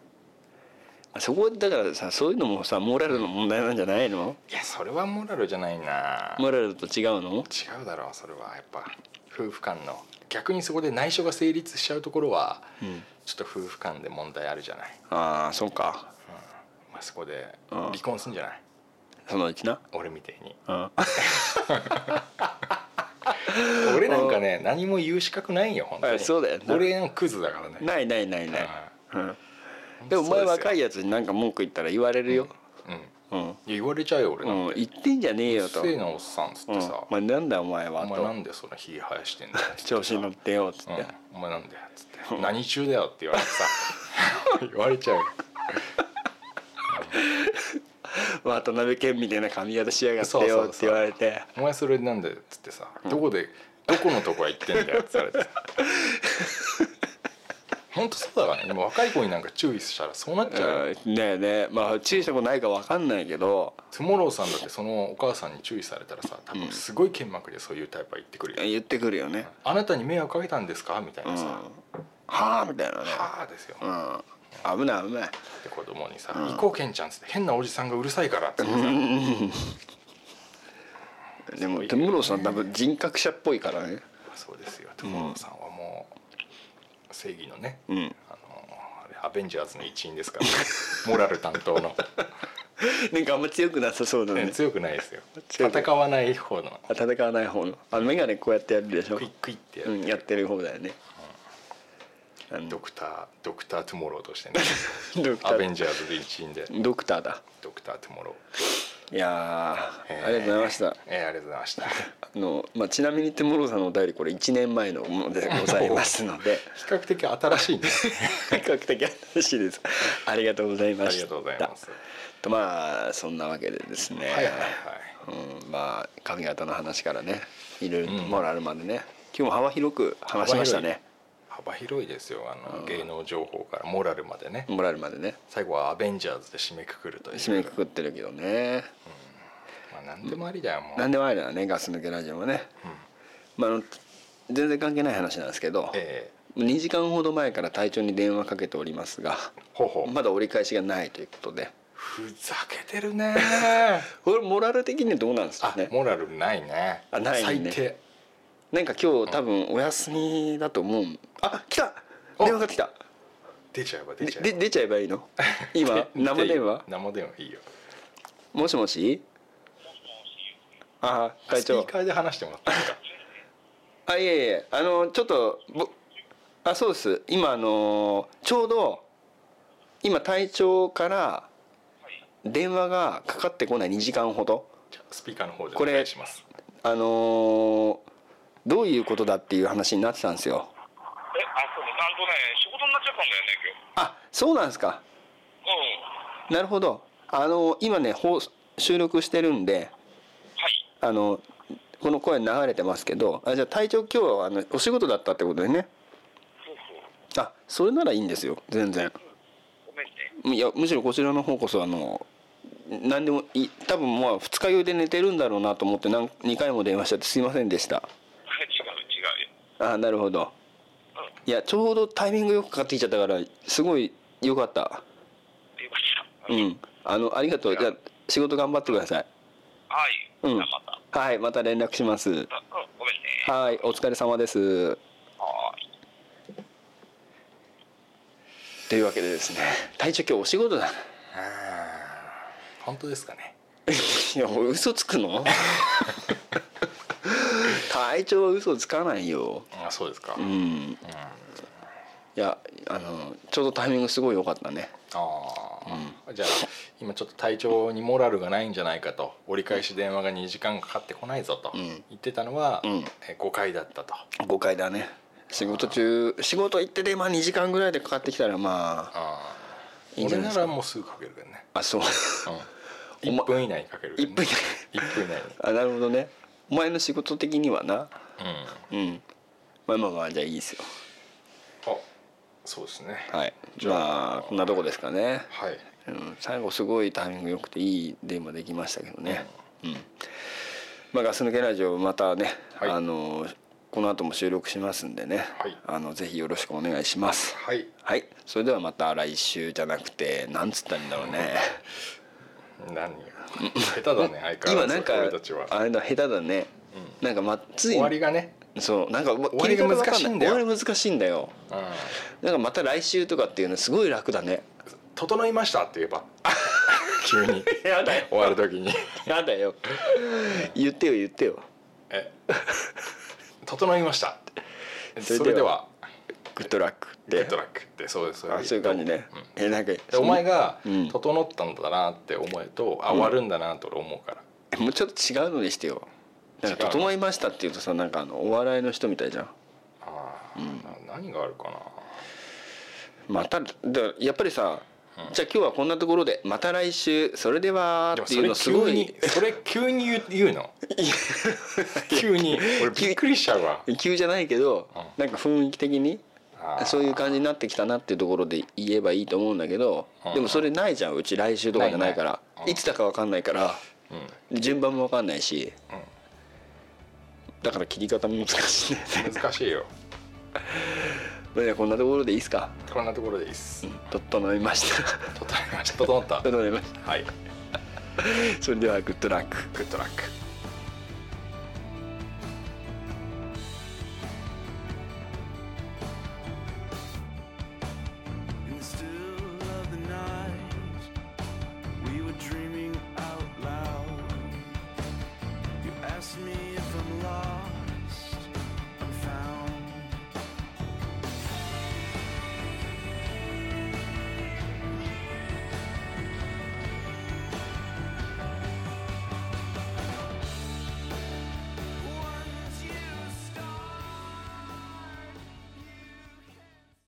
Speaker 3: あそこだからさそういうのもさモラルの問題なんじゃないの
Speaker 2: いやそれはモラルじゃないな
Speaker 3: モラルと違う
Speaker 2: 違
Speaker 3: の
Speaker 2: うだろうそれはやっぱ夫婦間の逆にそこで内緒が成立しちゃうところは、
Speaker 3: うん
Speaker 2: ちょっと夫婦間で問題あるじゃない、
Speaker 3: ああそうか
Speaker 2: まあ、そこで
Speaker 3: うん
Speaker 2: 離婚すんじゃない、
Speaker 3: そのうちな
Speaker 2: 俺みたいに
Speaker 3: うん
Speaker 2: 俺なんかね何も言う資格ないよ本当
Speaker 3: あ
Speaker 2: に
Speaker 3: そうだよな
Speaker 2: 俺なんかクズだからね
Speaker 3: ないないないない、うん、
Speaker 2: うん
Speaker 3: でもお前若い
Speaker 2: そう
Speaker 3: やつになんか文句言ったら言われるよ
Speaker 2: ですようんいや
Speaker 3: うん、
Speaker 2: 言われちゃうよ俺なん
Speaker 3: うん、
Speaker 2: て
Speaker 3: 言ってんじゃねえ
Speaker 2: うっ
Speaker 3: よと
Speaker 2: せえなおっさん」っつっ
Speaker 3: うん
Speaker 2: てさ
Speaker 3: お前なんだお
Speaker 2: 「
Speaker 3: 前
Speaker 2: お
Speaker 3: は
Speaker 2: 前な
Speaker 3: と
Speaker 2: んでそんな火生やしてんだよ」
Speaker 3: 調子に乗ってよっつ
Speaker 2: う
Speaker 3: っ
Speaker 2: ん
Speaker 3: て、
Speaker 2: お前なんだよ」っつって「何中だよ」って言われて <laughs> さ言われちゃうよ
Speaker 3: 渡辺謙みたいな髪型しやがって
Speaker 2: そうそう
Speaker 3: よ
Speaker 2: そう
Speaker 3: って言われて
Speaker 2: 「お前それなんだよ」っつってさ「どこでどこのとこへ行ってんだよ」っつって言われてさほんとそうだからね今若い子になんか注意したらそうなっちゃうよ
Speaker 3: うんねえねえまあ注意したことないかわかんないけど
Speaker 2: トゥモローさんだってそのお母さんに注意されたらさ多分すごい剣幕でそういうタイプは言ってくるよ
Speaker 3: 言ってくるよね、、
Speaker 2: あなたに迷惑かけたんですかみたいうなんさ、
Speaker 3: はあみたいなね
Speaker 2: はあですよ、で
Speaker 3: うん危ない危ない
Speaker 2: 子供にさ「行こうけんちゃん」っつって変なおじさんがうるさいからっつってさ、
Speaker 3: でも手室さん多分人格者っぽいからね
Speaker 2: そうですよトゥモローさんはもう正義のね、
Speaker 3: うん
Speaker 2: あのあれアベンジャーズの一員です <laughs> から、ね、モラル担当の、
Speaker 3: なんかあんま強くなさそうだ
Speaker 2: ね
Speaker 3: ね
Speaker 2: 強くないですよ
Speaker 3: 強く
Speaker 2: 戦わない方の
Speaker 3: 戦わない方のあの眼鏡こうやってやるでしょ
Speaker 2: クイックイってや
Speaker 3: う
Speaker 2: る、
Speaker 3: ん、やってる方だよね。あの
Speaker 2: ドクタードクタートゥモローと <laughs> してね
Speaker 3: ドクタ
Speaker 2: アベ
Speaker 3: ー
Speaker 2: ンジャーズで一員で
Speaker 3: ドクターだ。
Speaker 2: ドクタートゥモロ
Speaker 3: いやー、
Speaker 2: ー、
Speaker 3: ありがとうございました。
Speaker 2: えーありがとうございました比
Speaker 3: あのまあちなみにテモロさんのお便りこれ1年前のものでございますので
Speaker 2: 較的新しい <laughs> ね
Speaker 3: 比較的新しいです。ありがとうございま
Speaker 2: あ
Speaker 3: し
Speaker 2: り
Speaker 3: た。
Speaker 2: がとうございます
Speaker 3: とまあそんなわけでですね。
Speaker 2: はいはいはい
Speaker 3: うんまあ髪型の話からね、いろいろモラルまでね、今日も幅広く話しましたね。
Speaker 2: 幅広いですよあの、芸能情報からモラルまでね、
Speaker 3: モラルまでね、
Speaker 2: 最後はアベンジャーズで締めくくるという
Speaker 3: 締めくくってるけどね。
Speaker 2: まあ、何でもありだよもう
Speaker 3: なんでもありだねガス抜けラジオもね、まあ、あの全然関係ない話なんですけど、
Speaker 2: え
Speaker 3: 2時間ほど前から隊長に電話かけておりますが
Speaker 2: えほうほう
Speaker 3: まだ折り返しがないということで
Speaker 2: ふざけてるね
Speaker 3: これモラル的にどうなんです
Speaker 2: <laughs>
Speaker 3: か
Speaker 2: あ
Speaker 3: ね
Speaker 2: モラルないね
Speaker 3: あないね
Speaker 2: 最低
Speaker 3: なんか今日多分お休みだと思うあ来た
Speaker 2: お
Speaker 3: 電話が来た
Speaker 2: 出ちゃえば出
Speaker 3: で
Speaker 2: ちゃ
Speaker 3: で
Speaker 2: えば
Speaker 3: 出ちゃえばい
Speaker 2: <laughs>
Speaker 3: いの今生電話
Speaker 2: 生電話いいよ
Speaker 3: もしもしあ
Speaker 2: あ
Speaker 3: 隊
Speaker 2: スピー
Speaker 3: 長
Speaker 2: カーで話してもらったんですか
Speaker 3: あいえいえあのちょっとぼあそうです今あのちょうど今隊長から電話がかかってこない2時間ほど
Speaker 2: じゃあスピーカーの方でお
Speaker 3: これ
Speaker 2: 願いします
Speaker 3: あのどういうことだっていう話になってたんですよ
Speaker 4: え、あ、そうね。あとね、仕事になっちゃったんだよね、
Speaker 3: あそうなんですか
Speaker 4: 今日。うん。
Speaker 3: なるほどあの今ね放収録してるんで
Speaker 4: はい。
Speaker 3: あのこの声流れてますけどあじゃあ隊長今日はあのお仕事だったってことでね
Speaker 4: そうそう。
Speaker 3: あそれならいいんですよ全然。
Speaker 4: ごめんね。
Speaker 3: いやむしろこちらの方こそあの何でもいい多分まあ二日酔いで寝てるんだろうなと思って何2回も電話しちゃってすいませんでした
Speaker 4: 違う、違うよ。
Speaker 3: あーなるほどいやちょうどタイミングよくかかってきちゃったからすごいよかった
Speaker 4: よかった。
Speaker 3: うんあのありがとうじゃあ仕事頑張ってください
Speaker 4: はい。
Speaker 3: うん
Speaker 4: じゃあまた。
Speaker 3: はいまた連絡します
Speaker 4: うん、うんごめんね。
Speaker 3: はいお疲れ様です
Speaker 4: はーい。
Speaker 3: というわけでですね隊長今日お仕 <laughs> 事だ
Speaker 2: 本当ですかね
Speaker 3: いやもう嘘つくの <laughs> 隊長は嘘つかないよ
Speaker 2: あそうですか、
Speaker 3: う
Speaker 2: あ
Speaker 3: んいやあのちょうどタイミングすごい良かったね
Speaker 2: あじゃあ今ちょっと体調にモラルがないんじゃないかと折り返し電話が2時間かかってこないぞと
Speaker 3: ん
Speaker 2: 言ってたのは、
Speaker 3: ん
Speaker 2: え誤解だったと
Speaker 3: 誤解だね仕事中仕事行っててまあ2時間ぐらいでかかってきたらまあ
Speaker 2: あ
Speaker 3: いいんじゃ
Speaker 2: 俺
Speaker 3: な
Speaker 2: な
Speaker 3: いですから
Speaker 2: もうすぐかけるけどね、
Speaker 3: あそう <laughs>
Speaker 2: うん、1分以内にかけるけどね
Speaker 3: 1分以内
Speaker 2: 1分以内に
Speaker 3: あなるほどねお前の仕事的にはな
Speaker 2: うん
Speaker 3: うんまあまあまあじゃあいいですよ
Speaker 2: あそうですね
Speaker 3: はい
Speaker 2: じゃあ
Speaker 3: まあこんなとこですかね
Speaker 2: はい
Speaker 3: うん、最後すごいタイミング良くていい電話できましたけどね、うんまあ、ガス抜けラジオまたね、
Speaker 2: はい
Speaker 3: あのこの後も収録しますんでね、
Speaker 2: はい
Speaker 3: あのぜひよろしくお願いします
Speaker 2: はい
Speaker 3: はいそれではまた来週じゃなくてなんつったらいいんだろうね
Speaker 2: 何よ下手だね相変わ
Speaker 3: 今
Speaker 2: らず
Speaker 3: なんか
Speaker 2: 俺たちは
Speaker 3: あれだ下手だね、なんかまつい
Speaker 2: 終わりがね、
Speaker 3: そうなんか終
Speaker 2: わりが難しいんだよ
Speaker 3: 終わり難しいんだよ
Speaker 2: うん、
Speaker 3: なんかまた来週とかっていうのすごい楽だね
Speaker 2: 整いましたって言えば <laughs> 急に
Speaker 3: やだよ
Speaker 2: 終わる時に
Speaker 3: <laughs> やだよ言ってよ言ってよ
Speaker 2: <laughs> え整いました
Speaker 3: それでは
Speaker 2: それでは
Speaker 3: グッドラックっ
Speaker 2: グ
Speaker 3: て
Speaker 2: ッドラックってそうです
Speaker 3: あそういう感じね、えなんか
Speaker 2: でお前
Speaker 3: が
Speaker 2: が
Speaker 3: うん
Speaker 2: 整ったんだなって思えと、あ終わるんだなと俺思うから
Speaker 3: もうちょっと違うのにしてよなんか
Speaker 2: 違うの
Speaker 3: 整いましたっていうとさなんかあのお笑いの人みたいじゃん
Speaker 2: あー、な何があるかな
Speaker 3: まただやっぱりさ、じゃあ今日はこんなところでまた来週それでは
Speaker 2: でも
Speaker 3: って
Speaker 2: そ
Speaker 3: いうの
Speaker 2: れ
Speaker 3: す
Speaker 2: 急
Speaker 3: ごい
Speaker 2: にそれ急に言う言うの急に俺びっくりしちゃうわ
Speaker 3: 急じゃないけど、
Speaker 2: うん
Speaker 3: なんか雰囲気的に
Speaker 2: あー
Speaker 3: そういう感じになってきたなっていうところで言えばいいと思うんだけど、
Speaker 2: うん
Speaker 3: でもそれないじゃんうち来週とかじゃないから
Speaker 2: ないないうん
Speaker 3: いつだか分かんないから
Speaker 2: うん
Speaker 3: 順番も分かんないし、
Speaker 2: うん
Speaker 3: だから切り方も難しいんだよね
Speaker 2: 難しいよ
Speaker 3: それではこんなところでいいですか
Speaker 2: こんなところでいいっす
Speaker 3: 整いました <laughs>
Speaker 2: 整いました整った
Speaker 3: 整いまし
Speaker 2: はい
Speaker 3: たそれではグッドラック
Speaker 2: グッドラック
Speaker 5: In the still of the night, we were dreaming